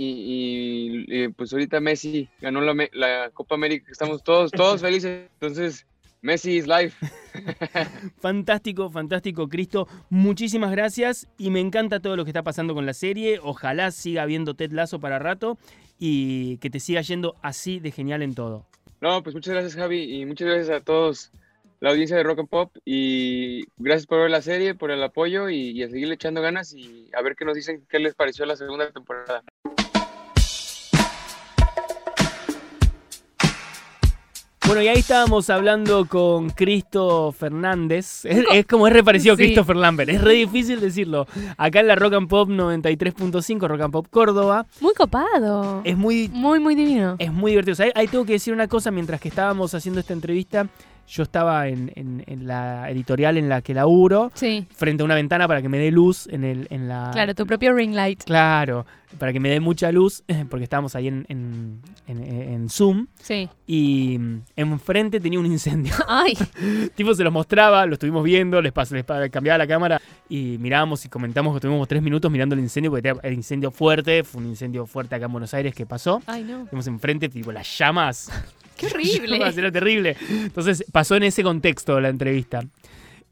y- y, pues ahorita Messi ganó la, me- la Copa América, estamos todos, todos felices, entonces Messi is life. Fantástico, fantástico, Cristo. Muchísimas gracias y me encanta todo lo que está pasando con la serie. Ojalá siga viendo Ted Lazo para rato y que te siga yendo así de genial en todo. No, pues muchas gracias Javi y muchas gracias a todos la audiencia de Rock and Pop y gracias por ver la serie, por el apoyo y, y a seguirle echando ganas y a ver qué nos dicen, qué les pareció la segunda temporada. Bueno, y ahí estábamos hablando con Cristo Fernández. Es, es como es reparecido Sí. Cristo Fernández. Es re difícil decirlo. Acá en la Rock and Pop 93.5, Rock and Pop Córdoba. Muy copado. Es muy Muy, muy divino. Es muy divertido. O sea, ahí- ahí tengo que decir una cosa, mientras que estábamos haciendo esta entrevista, yo estaba en, en- en la editorial en la que laburo, Sí. frente a una ventana para que me dé luz en, el, en la... Claro, tu propio ring light. Claro, para que me dé mucha luz, eh, porque estábamos ahí en, en- en- en Zoom Sí. y mm, enfrente tenía un incendio. *laughs* *laughs* Ay, tipo se los mostraba, lo estuvimos viendo, les, pas- les pa- cambiaba la cámara y mirábamos y comentamos que tuvimos tres minutos mirando el incendio, porque era el incendio fuerte, fue un incendio fuerte acá en Buenos Aires que pasó. ay no. Tenemos enfrente, tipo, las llamas Qué Llamas, horrible. *laughs* Era terrible. Entonces pasó en ese contexto la entrevista.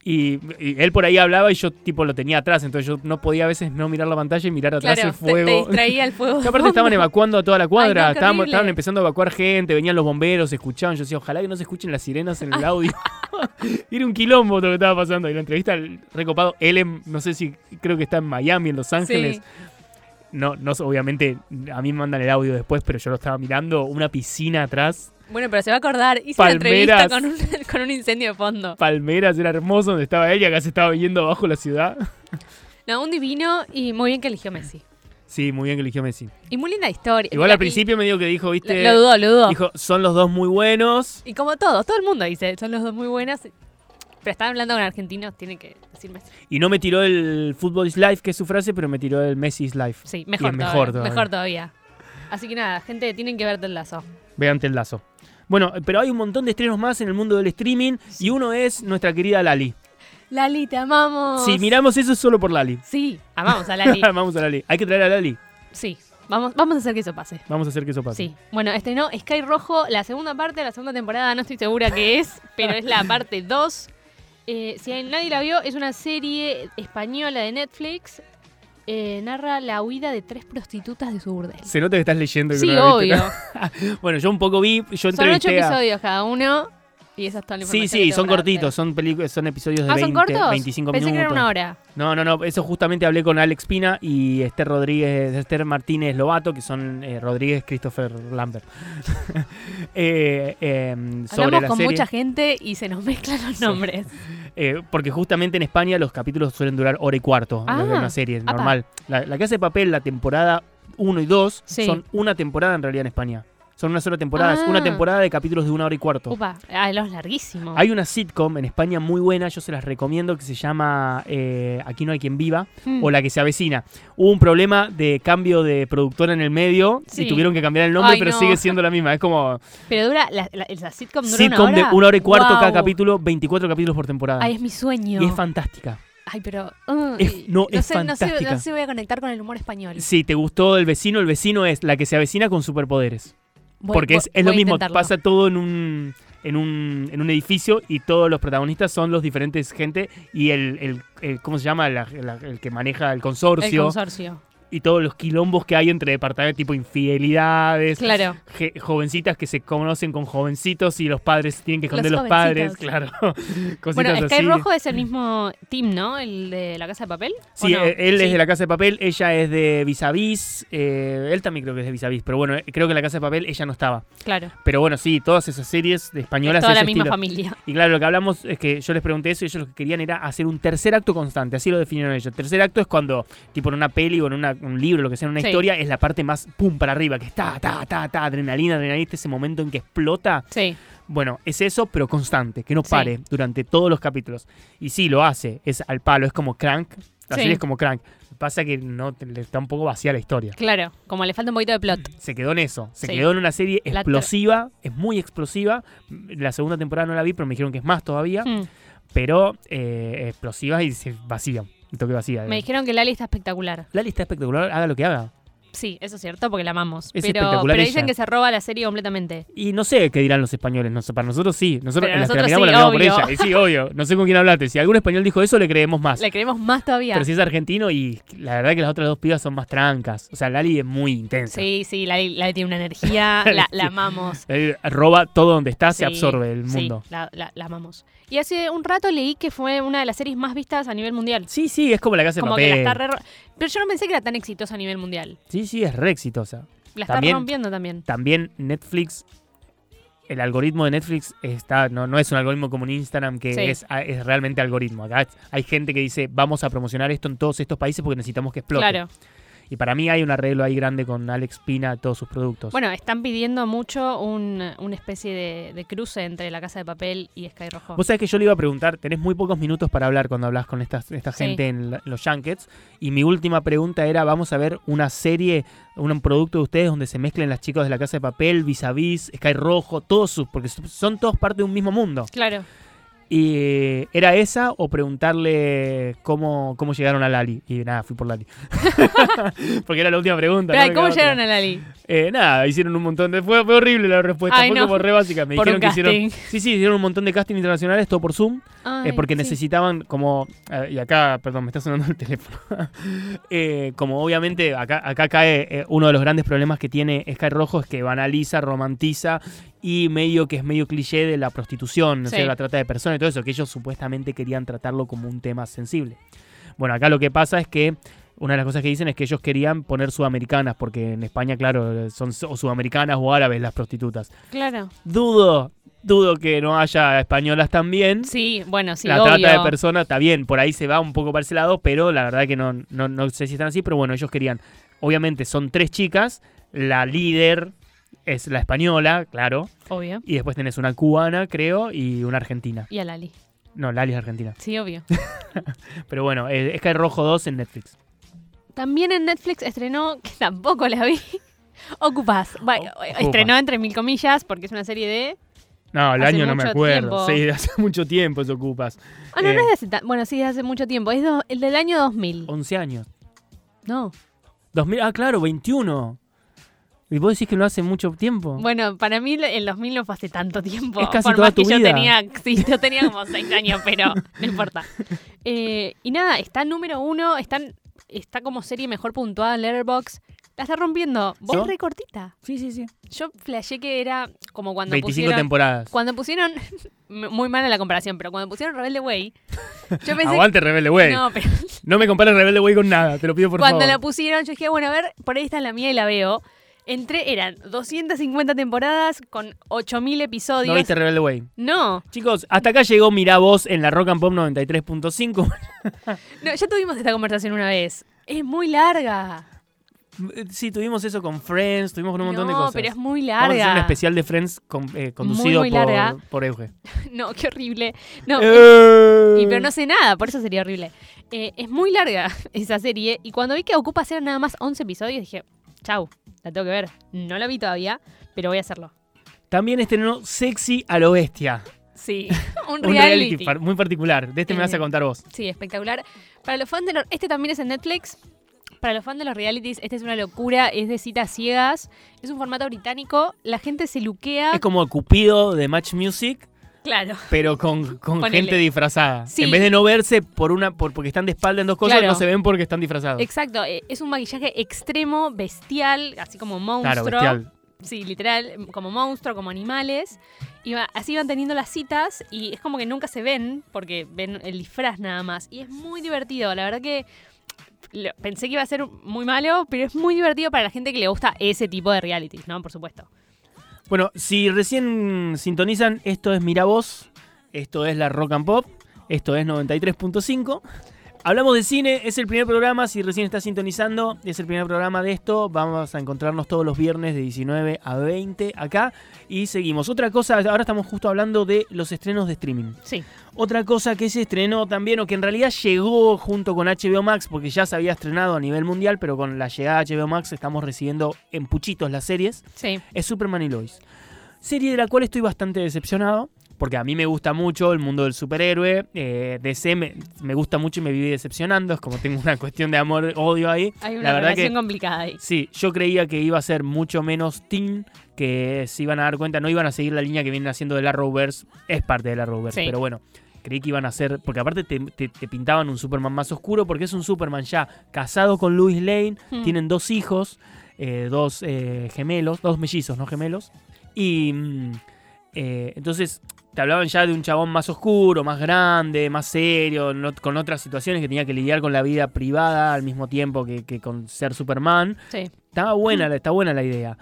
Y, y él por ahí hablaba y yo tipo lo tenía atrás, entonces yo no podía a veces no mirar la pantalla y mirar atrás Claro, el te- te, fuego. *laughs* distraía el fuego. Que aparte estaban evacuando a toda la cuadra, Ay, no, qué estaban, horrible. estaban empezando a evacuar gente, venían los bomberos, escuchaban, yo decía, ojalá que no se escuchen las sirenas en el audio. *laughs* Era un quilombo todo lo que estaba pasando. Y la entrevista al recopado, él en- no sé si creo que está en Miami, en Los Ángeles. Sí. No, no, obviamente a mí me mandan el audio después, pero yo lo estaba mirando, una piscina atrás. Bueno, pero se va a acordar. Hice Palmeras. una entrevista con un, *laughs* con un incendio de fondo. palmeras, era hermoso donde estaba ella, acá se estaba yendo abajo la ciudad. No, un divino y muy bien que eligió Messi. Sí, muy bien que eligió Messi. Y muy linda historia. Igual La- al principio me dijo que dijo, y- viste, Lo, lo dudó, lo dudó. dijo, son los dos muy buenos. Y como todos, todo el mundo dice, son los dos muy buenas. Pero están hablando con argentinos, tienen que decir Messi. Y no me tiró el Football is Life, que es su frase, pero me tiró el Messi is Life. Sí, mejor, Bien, todavía, mejor todavía. mejor todavía. Así que nada, gente, tienen que verte el lazo. Vean el lazo. Bueno, pero hay un montón de estrenos más en el mundo del streaming y uno es nuestra querida Lali. Lali, te amamos. Si miramos eso es solo por Lali. Sí, amamos a Lali. *laughs* vamos a Lali. Hay que traer a Lali. *laughs* sí, vamos, vamos a hacer que eso pase. Vamos a hacer que eso pase. Sí. Bueno, este no, Sky Rojo, la segunda parte de la segunda temporada, no estoy segura que es, pero *laughs* es la parte 2. Eh, si nadie la vio, es una serie española de Netflix. Eh, narra la huida de tres prostitutas de su burdel. Se nota que estás leyendo. que Sí, no la viste, obvio. ¿no? Bueno, yo un poco vi, yo Son ocho entrevisté a- episodios cada uno. Y esas son Sí, sí, son cortitos, son, pelicu- son episodios de Ah, 20, son cortos. 25 Pensé que minutos. era una hora. No, no, no, eso justamente hablé con Alex Pina y Esther Rodríguez, Esther Martínez Lobato, que son eh, Rodríguez Christopher Lambert. *laughs* Eh, eh, sobre Hablamos la con serie. mucha gente y se nos *laughs* mezclan los nombres. Eh, porque justamente en España los capítulos suelen durar hora y cuarto Ah, los de una serie, apa. normal. La, la que hace papel, la temporada 1 y 2, Sí. son una temporada en realidad en España. Son una sola temporada, es Ah. una temporada de capítulos de una hora y cuarto. Upa, ah, los larguísimos. Hay una sitcom en España muy buena, yo se las recomiendo, que se llama eh, Aquí no hay quien viva Mm. o La que se avecina. Hubo un problema de cambio de productora en el medio Sí. y tuvieron que cambiar el nombre, Ay, pero no. sigue siendo la misma. Es como Pero dura, la, la- la sitcom dura sitcom una hora. de una hora y cuarto cada Guau. capítulo, 24 capítulos por temporada. Ay, es mi sueño. y es fantástica. Ay, pero. uh, Es- no, es sé, No sé, fantástica. no sé si voy a conectar con el humor español. Si te gustó El vecino, El vecino es La que se avecina con superpoderes. Voy- porque es, voy- es lo voy a mismo, intentarlo. pasa todo en un, en un en un edificio y todos los protagonistas son los diferentes gente y el, el- el- ¿cómo se llama? La- la- el que maneja el El consorcio consorcio. y todos los quilombos que hay entre departamentos tipo infidelidades, Claro. je- jovencitas que se conocen con jovencitos y los padres tienen que Los esconder los, padres, *laughs* claro. Cositas Bueno, Sky así. Rojo es el mismo team, ¿no? El de la casa de papel. ¿o Sí, no? eh, él es Sí. de La Casa de Papel, ella es de Vis a Vis, eh, él también creo que es de Vis a Vis, pero bueno, eh, creo que en La Casa de Papel ella no estaba. Claro. Pero bueno, sí, todas esas series de Es españolas toda ese la misma estilo. familia. Y claro, lo que hablamos es que yo les pregunté eso y ellos lo que querían era hacer un tercer acto constante, así lo definieron ellos. Tercer acto es cuando, tipo en una peli o en una- un libro, lo que sea, en una Sí. historia, es la parte más pum para arriba, que está, ta, ta, ta, adrenalina, adrenalina, este ese momento en que explota. Sí. Bueno, es eso, pero constante, que no Sí. pare durante todos los capítulos. Y sí, lo hace, es al palo, es como crank, la Sí. serie es como crank. Lo que Pasa es que no, te- le está un poco vacía la historia. Claro. Como le falta un poquito de plot. Se quedó en eso, se Sí. quedó en una serie La ter- explosiva, es muy explosiva. La segunda temporada no la vi, pero me dijeron que es más todavía Mm. pero eh, explosivas y se vacía. Un toque vacía. Me dijeron que Lali está espectacular. Lali está espectacular, haga lo que haga. Sí, eso es cierto, porque la amamos. Es pero, espectacular pero dicen ella. que se roba la serie completamente. Y no sé qué dirán los españoles. no sé, para nosotros sí. Nosotros Pero en la nosotros terminamos sí, la miramos por obvio. ella. Y sí, obvio. No sé con quién hablaste. Si algún español dijo eso, le creemos más. Le creemos más todavía. Pero si es argentino y la verdad que las otras dos pibas son más trancas. O sea, Lali es muy intensa. Sí, sí, la, la tiene una *laughs* energía, la, la amamos. Lali roba todo donde está, Sí, se absorbe el sí, mundo. la, la- la amamos. Y hace un rato leí que fue una de las series más vistas a nivel mundial. Sí, sí, es como la casa de Como papel. que la está re ro- Pero yo no pensé que era tan exitosa a nivel mundial. Sí, sí, es re exitosa. La está También- rompiendo también. También Netflix, el algoritmo de Netflix está, no, no es un algoritmo como en Instagram que Sí. es, a- es realmente algoritmo. Acá es- hay gente que dice, vamos a promocionar esto en todos estos países porque necesitamos que explote. Claro. Y para mí hay un arreglo ahí grande con Alex Pina, todos sus productos. Bueno, están pidiendo mucho un, una especie de, de cruce entre La Casa de Papel y Sky Rojo. Vos sabés que yo le iba a preguntar, tenés muy pocos minutos para hablar cuando hablas con esta, esta Sí. gente en la- los Junkets. Y mi última pregunta era, vamos a ver una serie, un producto de ustedes donde se mezclen las chicas de la Casa de Papel, Vis a Vis, Sky Rojo, todos sus, porque so- son todos parte de un mismo mundo. Claro. Y eh, era esa o preguntarle cómo, cómo llegaron a Lali. Y nada, fui por *laughs* Lali. porque era la última pregunta. Pero, ¿no? Me ¿Cómo quedaba llegaron otra. a Lali? Eh, nada, hicieron un montón de... Fue, fue horrible la respuesta, Ay, fue no. como re básica. Me Por dijeron un que hicieron... casting. Sí, sí, hicieron un montón de casting internacionales, todo por Zoom. Eh, Ay, porque sí. necesitaban como, eh, y acá, perdón, me está sonando el *laughs* teléfono, Eh, como obviamente acá, acá cae eh, uno de los grandes problemas que tiene Sky Rojo es que banaliza, romantiza y medio que es medio cliché de la prostitución, o sea, Sí. la trata de personas y todo eso, que ellos supuestamente querían tratarlo como un tema sensible. Bueno, acá lo que pasa es que una de las cosas que dicen es que ellos querían poner sudamericanas, porque en España, claro, son o sudamericanas o árabes las prostitutas. Claro. Dudo, dudo que no haya españolas también Sí, bueno, sí, la obvio. trata de personas, está bien, por ahí se va un poco para ese lado, pero la verdad que no, no, no sé si están así, pero bueno, ellos querían. Obviamente son tres chicas, la líder es la española, claro, Obvio. y después tenés una cubana, creo, y una argentina. Y a Lali. No, Lali es argentina. Sí, obvio. Pero bueno, eh, es que hay Rojo 2 en Netflix. También en Netflix estrenó, *laughs* que tampoco la vi, Ocupas. Bueno, eh, Ocupas. estrenó entre mil comillas porque es una serie de... No, el Hace año no me mucho acuerdo. tiempo. Sí, *laughs* hace mucho tiempo se ocupas. Ah, no, Eh. Oh. no es de hace tan- Bueno, sí, es de hace mucho tiempo. Es do- el del año 2000. 11 años. No. 2000, ah, claro, 21. ¿Y vos decís que no hace mucho tiempo? Bueno, para mí el 2000 no fue hace tanto tiempo. Es casi Por toda más que tu yo vida. tenía, sí, yo tenía como 6 años, pero *laughs* no importa. Eh, y nada, está número uno, está, está como serie mejor puntuada en Letterboxd. La está rompiendo. Vos ¿Yo? es re cortita. sí, sí, sí. Yo flashé que era como cuando 25 pusieron... temporadas. Cuando pusieron, *laughs* m- muy mala la comparación, pero cuando pusieron Rebelde Way, yo pensé... Aguante, rebelde, güey. No, pero No me compares Rebelde Way con nada, te lo pido *laughs* por cuando favor. la pusieron, yo dije, bueno, a ver, por ahí está la mía y la veo. Entré, eran 250 temporadas con 8000 episodios. ¿No viste Rebelde Way? No, Chicos, hasta acá llegó Mirá Vos en la Rock and Pop 93.5. no, ya tuvimos esta conversación una vez. Es muy larga. *laughs* sí, tuvimos eso con Friends, tuvimos con un montón de no, cosas. pero es muy Vamos a hacer un larga. especial de Friends con- eh, conducido muy larga. por, por Euge. *laughs* No, qué horrible. No, Eh. y, pero no sé nada, por eso sería horrible. Eh, es muy larga *laughs* esa serie. Y cuando vi que Ocupa eran nada más 11 episodios, dije, chau, la tengo que ver. No la vi todavía, pero voy a hacerlo. También estrenó Sexy a lo Bestia. *laughs* Sí, un Un reality reality. par- muy particular. De este me Eh. vas a contar vos. Sí, espectacular. Para los fans de los... Este también es en Netflix. Para los fans de los realities, este es una locura. Es de citas ciegas. Es un formato británico. La gente se luquea. Es como Cupido de Match Music, Claro. pero con, con Ponele. gente disfrazada. Sí. En vez de no verse por una, por, porque están de espalda en dos cosas, Claro. no se ven porque están disfrazados. Exacto. eh, Es un maquillaje extremo, bestial, así como claro, monstruo. bestial. Sí, literal, em, como monstruo, como animales. Y va- así van teniendo las citas y es como que nunca se ven porque ven el disfraz nada más. Y es muy divertido, la verdad que lo- pensé que iba a ser muy malo, pero es muy divertido para la gente que le gusta ese tipo de realities, ¿no? Por supuesto. Bueno, si recién sintonizan, esto es Mira Vos, esto es la Rock and Pop, esto es 93.5. Hablamos de cine, es el primer programa, si recién estás sintonizando, es el primer programa de esto. Vamos a encontrarnos todos los viernes de 19 a 20 acá y seguimos. Otra cosa, ahora estamos justo hablando de los estrenos de streaming. Sí, Otra cosa que se estrenó también, o que en realidad llegó junto con HBO Max, porque ya se había estrenado a nivel mundial, pero con la llegada de HBO Max estamos recibiendo en puchitos las series sí. es Superman y Lois. Serie de la cual estoy bastante decepcionado, porque a mí me gusta mucho el mundo del superhéroe. eh, DC me, me gusta mucho y me viví decepcionando. Es como tengo una cuestión de amor-odio ahí. Hay La una verdad que- relación complicada ahí. Sí, yo creía que iba a ser mucho menos teen, que se iban a dar cuenta, no iban a seguir la línea que vienen haciendo de la Rovers, es parte de la Rovers, Sí. pero bueno, creí que iban a ser, porque aparte te, te- te pintaban un Superman más oscuro, porque es un Superman ya casado con Louis Lane, Hmm. tienen dos hijos, eh, dos eh, gemelos, dos mellizos, no gemelos, y mm, eh, entonces te hablaban ya de un chabón más oscuro, más grande, más serio, no- con otras situaciones que tenía que lidiar con la vida privada al mismo tiempo que, que con ser Superman. Sí. Está buena, la- está buena la idea.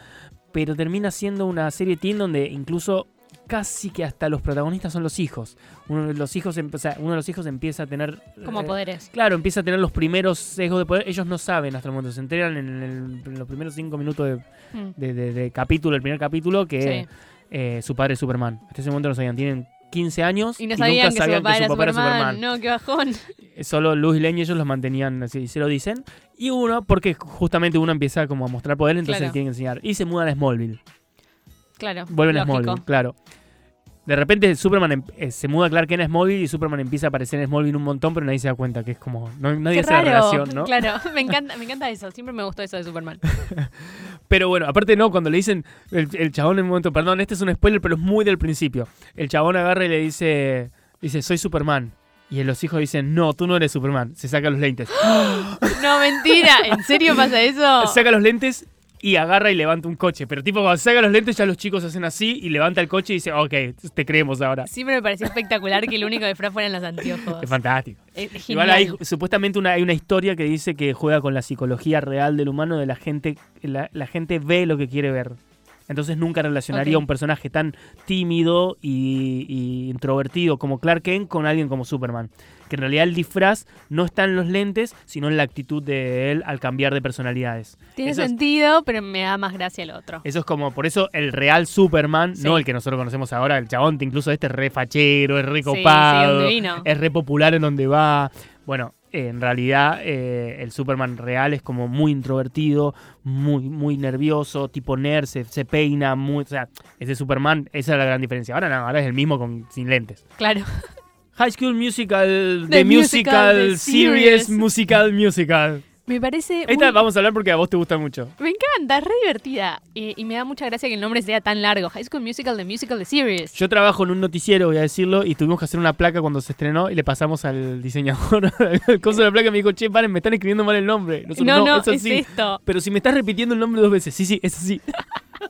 Pero termina siendo una serie teen donde incluso casi que hasta los protagonistas son los hijos. Uno de los hijos, empe- o sea, uno de los hijos empieza a tener... Como eh, poderes. Claro, empieza a tener los primeros sesgos de poder. Ellos no saben hasta el momento. Se enteran en, el- en los primeros cinco minutos de, Mm. de- de- de capítulo, el primer capítulo, que Sí. eh, su padre es Superman. Hasta ese momento no sabían. Tienen 15 años Y no sabían que nunca sabían su papá, que era, su papá era Superman. Superman. No, qué bajón. Eh, Solo Luz y Lane y ellos los mantenían así, se lo dicen. Y uno, porque justamente uno empieza como a mostrar poder, entonces Claro. le tienen que enseñar. Y se mudan a Smallville. Claro. Vuelven a lógico. Smallville, claro. De repente Superman em- eh, se muda Clark Kent a Smallville y Superman empieza a aparecer en Smallville un montón, pero nadie se da cuenta que es como. no- nadie Qué hace la raro. relación, ¿no? Claro, *laughs* me encanta, me encanta eso. Siempre me gustó eso de Superman. Pero bueno, aparte no, cuando le dicen el, el chabón en un momento, perdón, este es un spoiler, pero es muy del principio. El chabón agarra y le dice, dice, soy Superman. Y los hijos dicen, no, tú no eres Superman. Se saca los lentes. No, mentira. ¿En serio pasa eso? Saca los lentes y agarra y levanta un coche. Pero tipo, cuando saca los lentes ya los chicos hacen así y levanta el coche y dice, ok, te creemos ahora. Siempre me pareció espectacular que el único disfraz fueran los anteojos. Es fantástico. Es- es Igual genial. hay, supuestamente una, hay una historia que dice que juega con la psicología real del humano, de la gente, la, la gente ve lo que quiere ver. Entonces nunca relacionaría Ok. a un personaje tan tímido y, y introvertido como Clark Kent con alguien como Superman. Que en realidad el disfraz no está en los lentes, sino en la actitud de él al cambiar de personalidades. Tiene Eso es- Eh. sentido, pero me da más gracia el otro. Eso es como, por eso el real Superman, Sí. no el que nosotros conocemos ahora, el chabón, incluso este es re fachero, es re sí, un copado, divino. es re popular en donde va. Bueno, eh, en realidad eh, el Superman real es como muy introvertido, muy, muy nervioso, tipo nerd, se, se peina, muy, o sea, ese Superman, esa es la gran diferencia. Ahora no, ahora es el mismo con, sin lentes. Claro. High School Musical, The The, Musical, Musical, The Series. Eh, Series, Musical, Musical. Me parece. Esta muy- vamos a hablar porque a vos te gusta mucho. Me encanta, es re divertida. Eh, y me da mucha gracia que el nombre sea tan largo. High School Musical, The Musical, The Series. Yo trabajo en un noticiero, voy a decirlo, y tuvimos que hacer una placa cuando se estrenó y le pasamos al diseñador *laughs* el coso de la placa y me dijo, che, paren, me están escribiendo mal el nombre. Nosotros, no, no, es es así. esto. Pero si me estás repitiendo el nombre dos veces, sí, sí, es así. *laughs*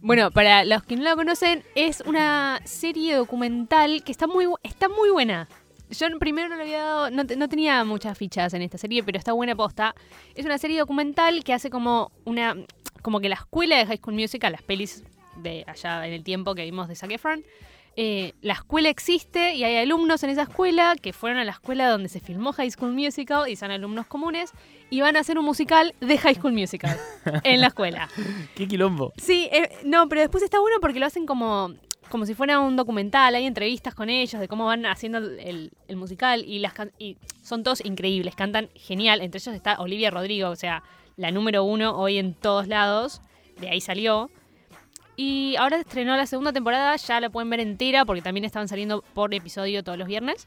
Bueno, para los que no la conocen, es una serie documental que está muy, bu- está muy buena. Yo en- primero no le había dado, no, te- no tenía muchas fichas en esta serie, pero está buena posta. Es una serie documental que hace como una, como que la escuela de High School Musical, las pelis de allá en el tiempo que vimos de Zac Efron, eh, la escuela existe y hay alumnos en esa escuela que fueron a la escuela donde se filmó High School Musical y son alumnos comunes y van a hacer un musical de High School Musical en la escuela. Qué quilombo. Sí, eh, no, pero después está bueno porque lo hacen como, como si fuera un documental. Hay entrevistas con ellos de cómo van haciendo el, el musical y las can- y son todos increíbles, cantan genial. Entre ellos está Olivia Rodrigo, o sea, la número uno hoy en todos lados. De ahí salió. Y ahora estrenó la segunda temporada, ya la pueden ver entera porque también estaban saliendo por episodio todos los viernes.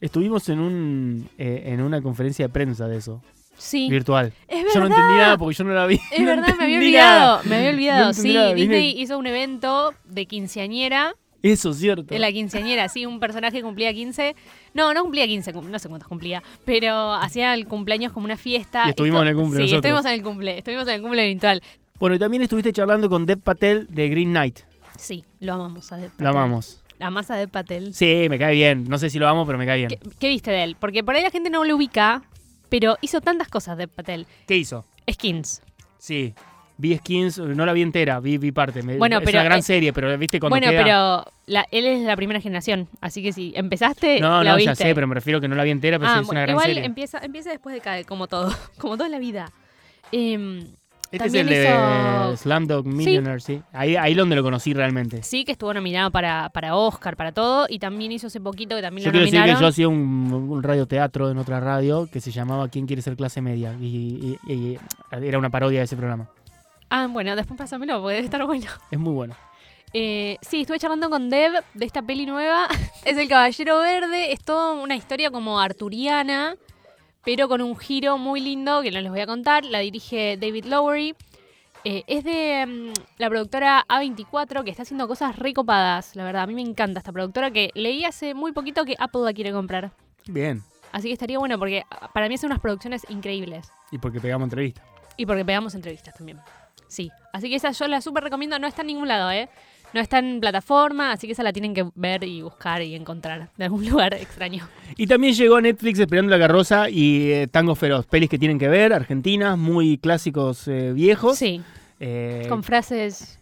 Estuvimos en un eh, en una conferencia de prensa de eso, Sí. virtual. Es Yo no verdad. entendí nada porque yo no la vi. *laughs* Es No verdad, me había entendí nada. olvidado. Me había olvidado. sí, entendí nada, vine- Disney hizo un evento de quinceañera Eso, cierto. En la quinceañera, sí, un personaje cumplía 15. No, no cumplía 15, cum- no sé cuántos cumplía, pero hacía el cumpleaños como una fiesta. Y estuvimos en el cumple Sí, nosotros. estuvimos en el cumple, estuvimos en el cumple virtual. Bueno, y también estuviste charlando con Deb Patel de Green Knight. Sí, lo amamos a Dev Patel. Lo amamos. Amás a Dev Patel. Sí, me cae bien. No sé si lo amo, pero me cae bien. ¿Qué, ¿Qué, qué viste de él? Porque por ahí la gente no lo ubica, pero hizo tantas cosas Dev Patel. hizo? Skins. Sí. Vi Skins, no la vi entera, vi, vi parte. Me- Bueno, es pero, una gran eh, serie, pero viste cuando bueno, queda- pero la- él es la primera generación, así que si empezaste, No, eh, la no, viste. ya sé, pero me refiero que no la vi entera, pero Ah, sí es una bueno, gran igual serie. Empieza, empieza después de caer, como todo, *laughs* como toda la vida. Em, Este es también el de hizo- Slamdog Millionaire, sí. Ahí, ahí donde lo conocí realmente. Sí, que estuvo nominado para, para Oscar, para todo, y también hizo hace poquito que también Yo lo quiero decir nominaron. que yo hacía un, un radioteatro en otra radio que se llamaba ¿Quién quiere ser clase media? Y, y- y era una parodia de ese programa. Ah, bueno, *laughs* después pásamelo, porque debe estar bueno. Es muy bueno. Eh, sí, estuve charlando con Dev de esta peli nueva. *laughs* es El Caballero Verde. Es toda una historia como arturiana, pero con un giro muy lindo que no les voy a contar. La dirige David Lowery. Eh, es de mm, la productora A24 que está haciendo cosas recopadas, la verdad. A mí me encanta esta productora que leí hace muy poquito que Apple la quiere comprar. Bien. Así que estaría bueno porque ah, para mí hace unas producciones increíbles. Y porque pegamos entrevista. Y porque pegamos entrevistas también. Sí. Así que esa yo la súper recomiendo. No está en ningún lado, ¿eh? No está en plataforma, así que esa la tienen que ver y buscar y encontrar de algún *laughs* lugar extraño. Y también llegó a Netflix Esperando la Carroza y eh, Tango Feroz. Pelis que tienen que ver, argentinas, muy clásicos eh, viejos. Sí, Eh, con frases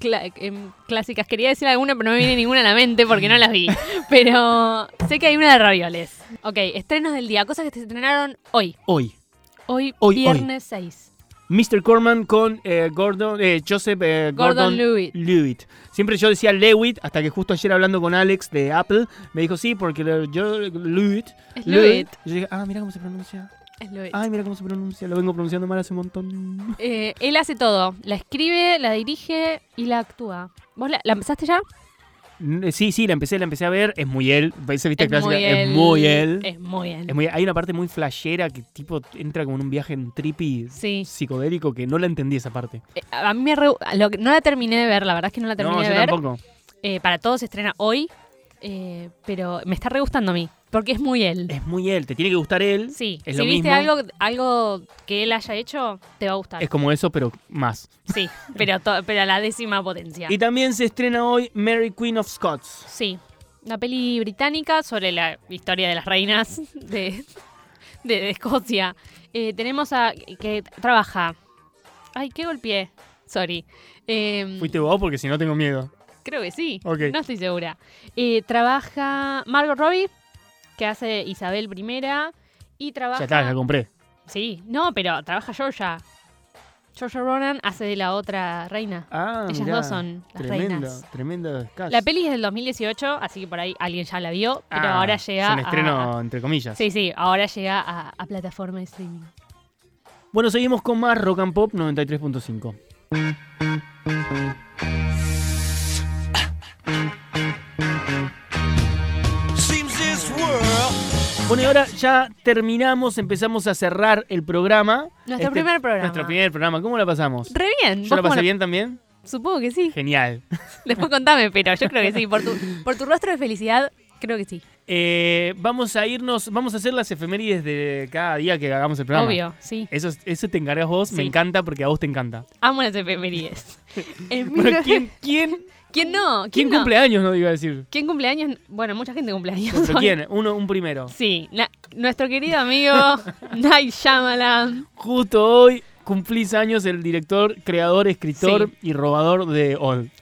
cla- em, clásicas. Quería decir alguna, pero no me viene ninguna a la mente porque no *laughs* las vi. Pero sé que hay una de ravioles. Ok, estrenos del día, cosas que se estrenaron hoy. Hoy. Hoy, Hoy, hoy. viernes 6. Mr. Corman con eh, Gordon, eh, Joseph eh, Gordon Gordon, Lewitt. Lewitt. Siempre yo decía Lewitt, hasta que justo ayer hablando con Alex de Apple, me dijo sí, porque le- yo Lewitt. Es Lewitt. Eh. Yo dije, ah, mira cómo se pronuncia. Es Lewitt. Ay, mira cómo se pronuncia. Lo vengo pronunciando mal hace un montón. Eh, él hace todo. La escribe, la dirige y la actúa. ¿Vos la, la empezaste ya? Mm, Sí, sí, la empecé, la empecé a ver. Es muy él. Esa vista clásica. es él, muy él. Es muy él. Es muy- hay una parte muy flashera que tipo entra como en un viaje en trippy Sí. psicodélico que no la entendí esa parte. Eh, A mí me re- lo que- no la terminé de ver, la verdad es que no la terminé no, yo de ver. tampoco. Eh, para todos se estrena hoy, eh, pero me está re gustando a mí, porque es muy él. Es muy él. Te tiene que gustar él. Sí, es si lo viste mismo. algo algo que él haya hecho, te va a gustar. Es como eso, pero más. *laughs* Sí, pero, to- pero a la décima potencia. Y también se estrena hoy Mary Queen of Scots. Sí, una peli británica sobre la historia de las reinas de, de- de Escocia. Eh, tenemos a... que trabaja... Ay, qué golpeé. Sorry. Em, Fuiste vos porque si no tengo miedo. Creo que sí. Ok. No estoy segura. Eh, trabaja Margot Robbie, que hace Isabel I. Y trabaja. Ya está, la compré. Sí, no, pero trabaja Georgia. Georgia Ronan hace de la otra reina. Ah, Ellas mirá. dos son las Tremendo, reinas. tremendo descanso. La peli es del 2018, así que por ahí alguien ya la vio, pero Ah, ahora es llega. un estreno, entre A... comillas. Sí, sí, ahora llega a, a plataforma de streaming. Bueno, seguimos con más Rock and Pop 93.5. Seems this world Bueno, y ahora ya terminamos, empezamos a cerrar el programa. Nuestro primer programa. Este, Nuestro primer programa. ¿Cómo la pasamos? Re bien. ¿Yo ¿Vos la cómo pasé bien también? Supongo *laughs* que sí. Genial. Después contame, pero yo creo que sí. Por tu, por tu rostro de felicidad, creo que sí. Eh, vamos a irnos, vamos a hacer las efemérides de cada día que hagamos el programa. Obvio, sí. Eso, es- eso te encargas vos, me Sí. encanta porque a vos te *laughs* encanta. Amo *laughs* las efemérides. En Bueno, 19 ¿quién, quién, ¿Quién no? quién no? cumple años? No iba a decir. ¿Quién cumple años? Bueno, mucha gente cumple años. Pero hoy. ¿Quién? Pues Uno, un primero. Sí, na- nuestro *laughs* querido amigo Night Shyamalan. Justo hoy cumplís años el director, creador, escritor Sí. y robador de Old.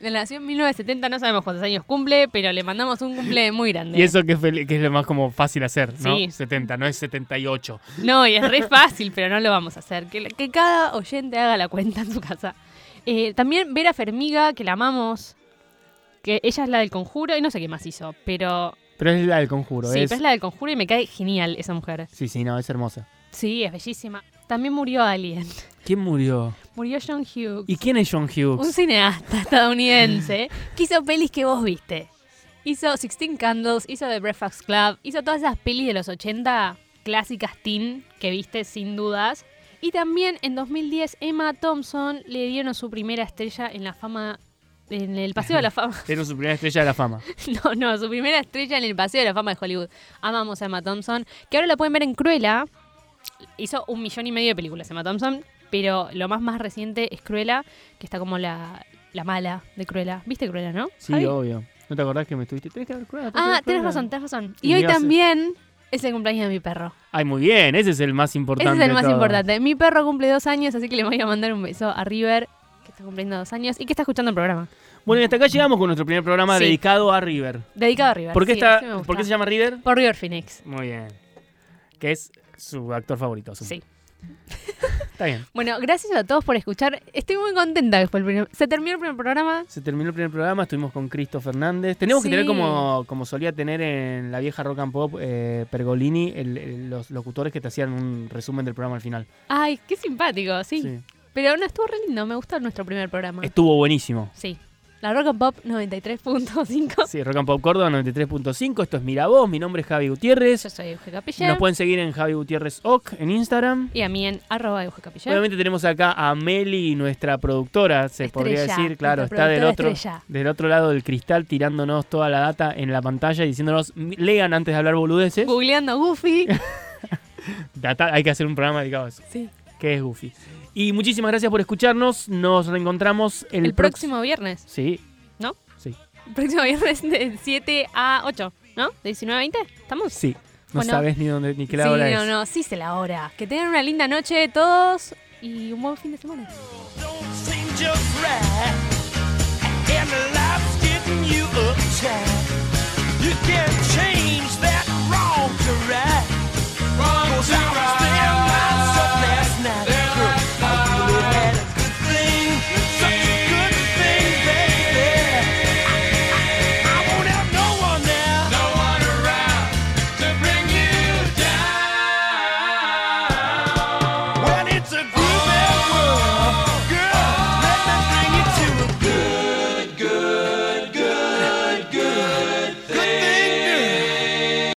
Nació en 1970, no sabemos cuántos años cumple, pero le mandamos un cumple muy *laughs* grande. Y eso que es, fel- que es lo más como fácil hacer, ¿no? Sí. 70, no es 78. No, y es re fácil, pero no lo vamos a hacer. Que, que cada oyente haga la cuenta en su casa. Eh, también Vera Fermiga, que la amamos. Que ella es la del conjuro y no sé qué más hizo, pero. Pero es la del conjuro, sí, es... pero es la del conjuro y me cae genial esa mujer. Sí, sí, no, es hermosa. Sí, es bellísima. También murió alguien. ¿Quién murió? *laughs* Murió John Hughes. ¿Y quién es John Un Hughes? cineasta *laughs* estadounidense que hizo pelis que vos viste. Hizo Sixteen Candles, hizo The Breakfast Club, hizo todas esas pelis de los 80 clásicas teen que viste sin dudas. Y también en 2010 Emma Thompson le dieron su primera estrella en la fama en el Paseo de la Fama. Era su primera estrella de la fama. *laughs* No, no, su primera estrella en el Paseo de la Fama de Hollywood. Amamos a Emma Thompson, que ahora la pueden ver en Cruella. Hizo un millón y medio de películas Emma Thompson, pero lo más más reciente es Cruella, que está como la, la mala de Cruella. ¿Viste Cruella, no? Sí, Javi? obvio. ¿No te acordás que me estuviste? Tenés que ver Cruella, tenés que Ah, ver tenés Cruella. razón, tenés razón. Y Y hoy me hace- también es el cumpleaños de mi perro. Ay, muy bien, ese es el más importante. Ese es el de más todo. importante. Mi perro cumple dos años, así que le voy a mandar un beso a River, que está cumpliendo dos años y que está escuchando el programa. Bueno, y hasta acá llegamos con nuestro primer programa Sí. dedicado a River. Dedicado a River. ¿Por qué, sí, está- ese me gusta. ¿Por qué se llama River? Por River Phoenix. Muy bien. Que es su actor favorito. supongo. Sí. Está bien. Bueno, gracias a todos por escuchar. Estoy muy contenta que fue el primer... Se terminó el primer programa. Se terminó el primer programa, estuvimos con Cristo Fernández. Tenemos Sí. que tener como, como solía tener en la vieja rock and pop eh, Pergolini, el- el- los locutores que te hacían un resumen del programa al final. Ay, qué simpático, sí. Sí. Pero no, estuvo re lindo. Me gustó nuestro primer programa. Estuvo buenísimo. Sí. La Rock and Pop 93.5. Sí, Rock and Pop Córdoba 93.5. Esto es Miravoz. Mi nombre es Javi *laughs* Yo Gutiérrez. soy Euge Capilla. Nos pueden seguir en Javi Gutiérrez Oc en Instagram. Y a mí en arroba Euge Capilla. Obviamente tenemos acá a Meli, nuestra productora, se podría Estrella, decir, claro, nuestra está del productora otro, estrella. del otro lado del cristal tirándonos toda la data en la pantalla y diciéndonos, "Mi- lean antes de hablar boludeces. Googleando *laughs* a Goofy. Data- hay que hacer un programa dedicado a eso, Sí. que es Goofy. Y muchísimas gracias por escucharnos, nos reencontramos el, El, prox- próximo viernes. Sí. ¿No? Sí. El próximo viernes de 7 a 8, ¿no? De 19 a 20. ¿Estamos? Sí. No Bueno. sabes ni dónde ni qué la sí, hora no, es. no, sí se la hora. Que tengan una linda noche todos y un buen fin de semana. Don't seem just right, and life's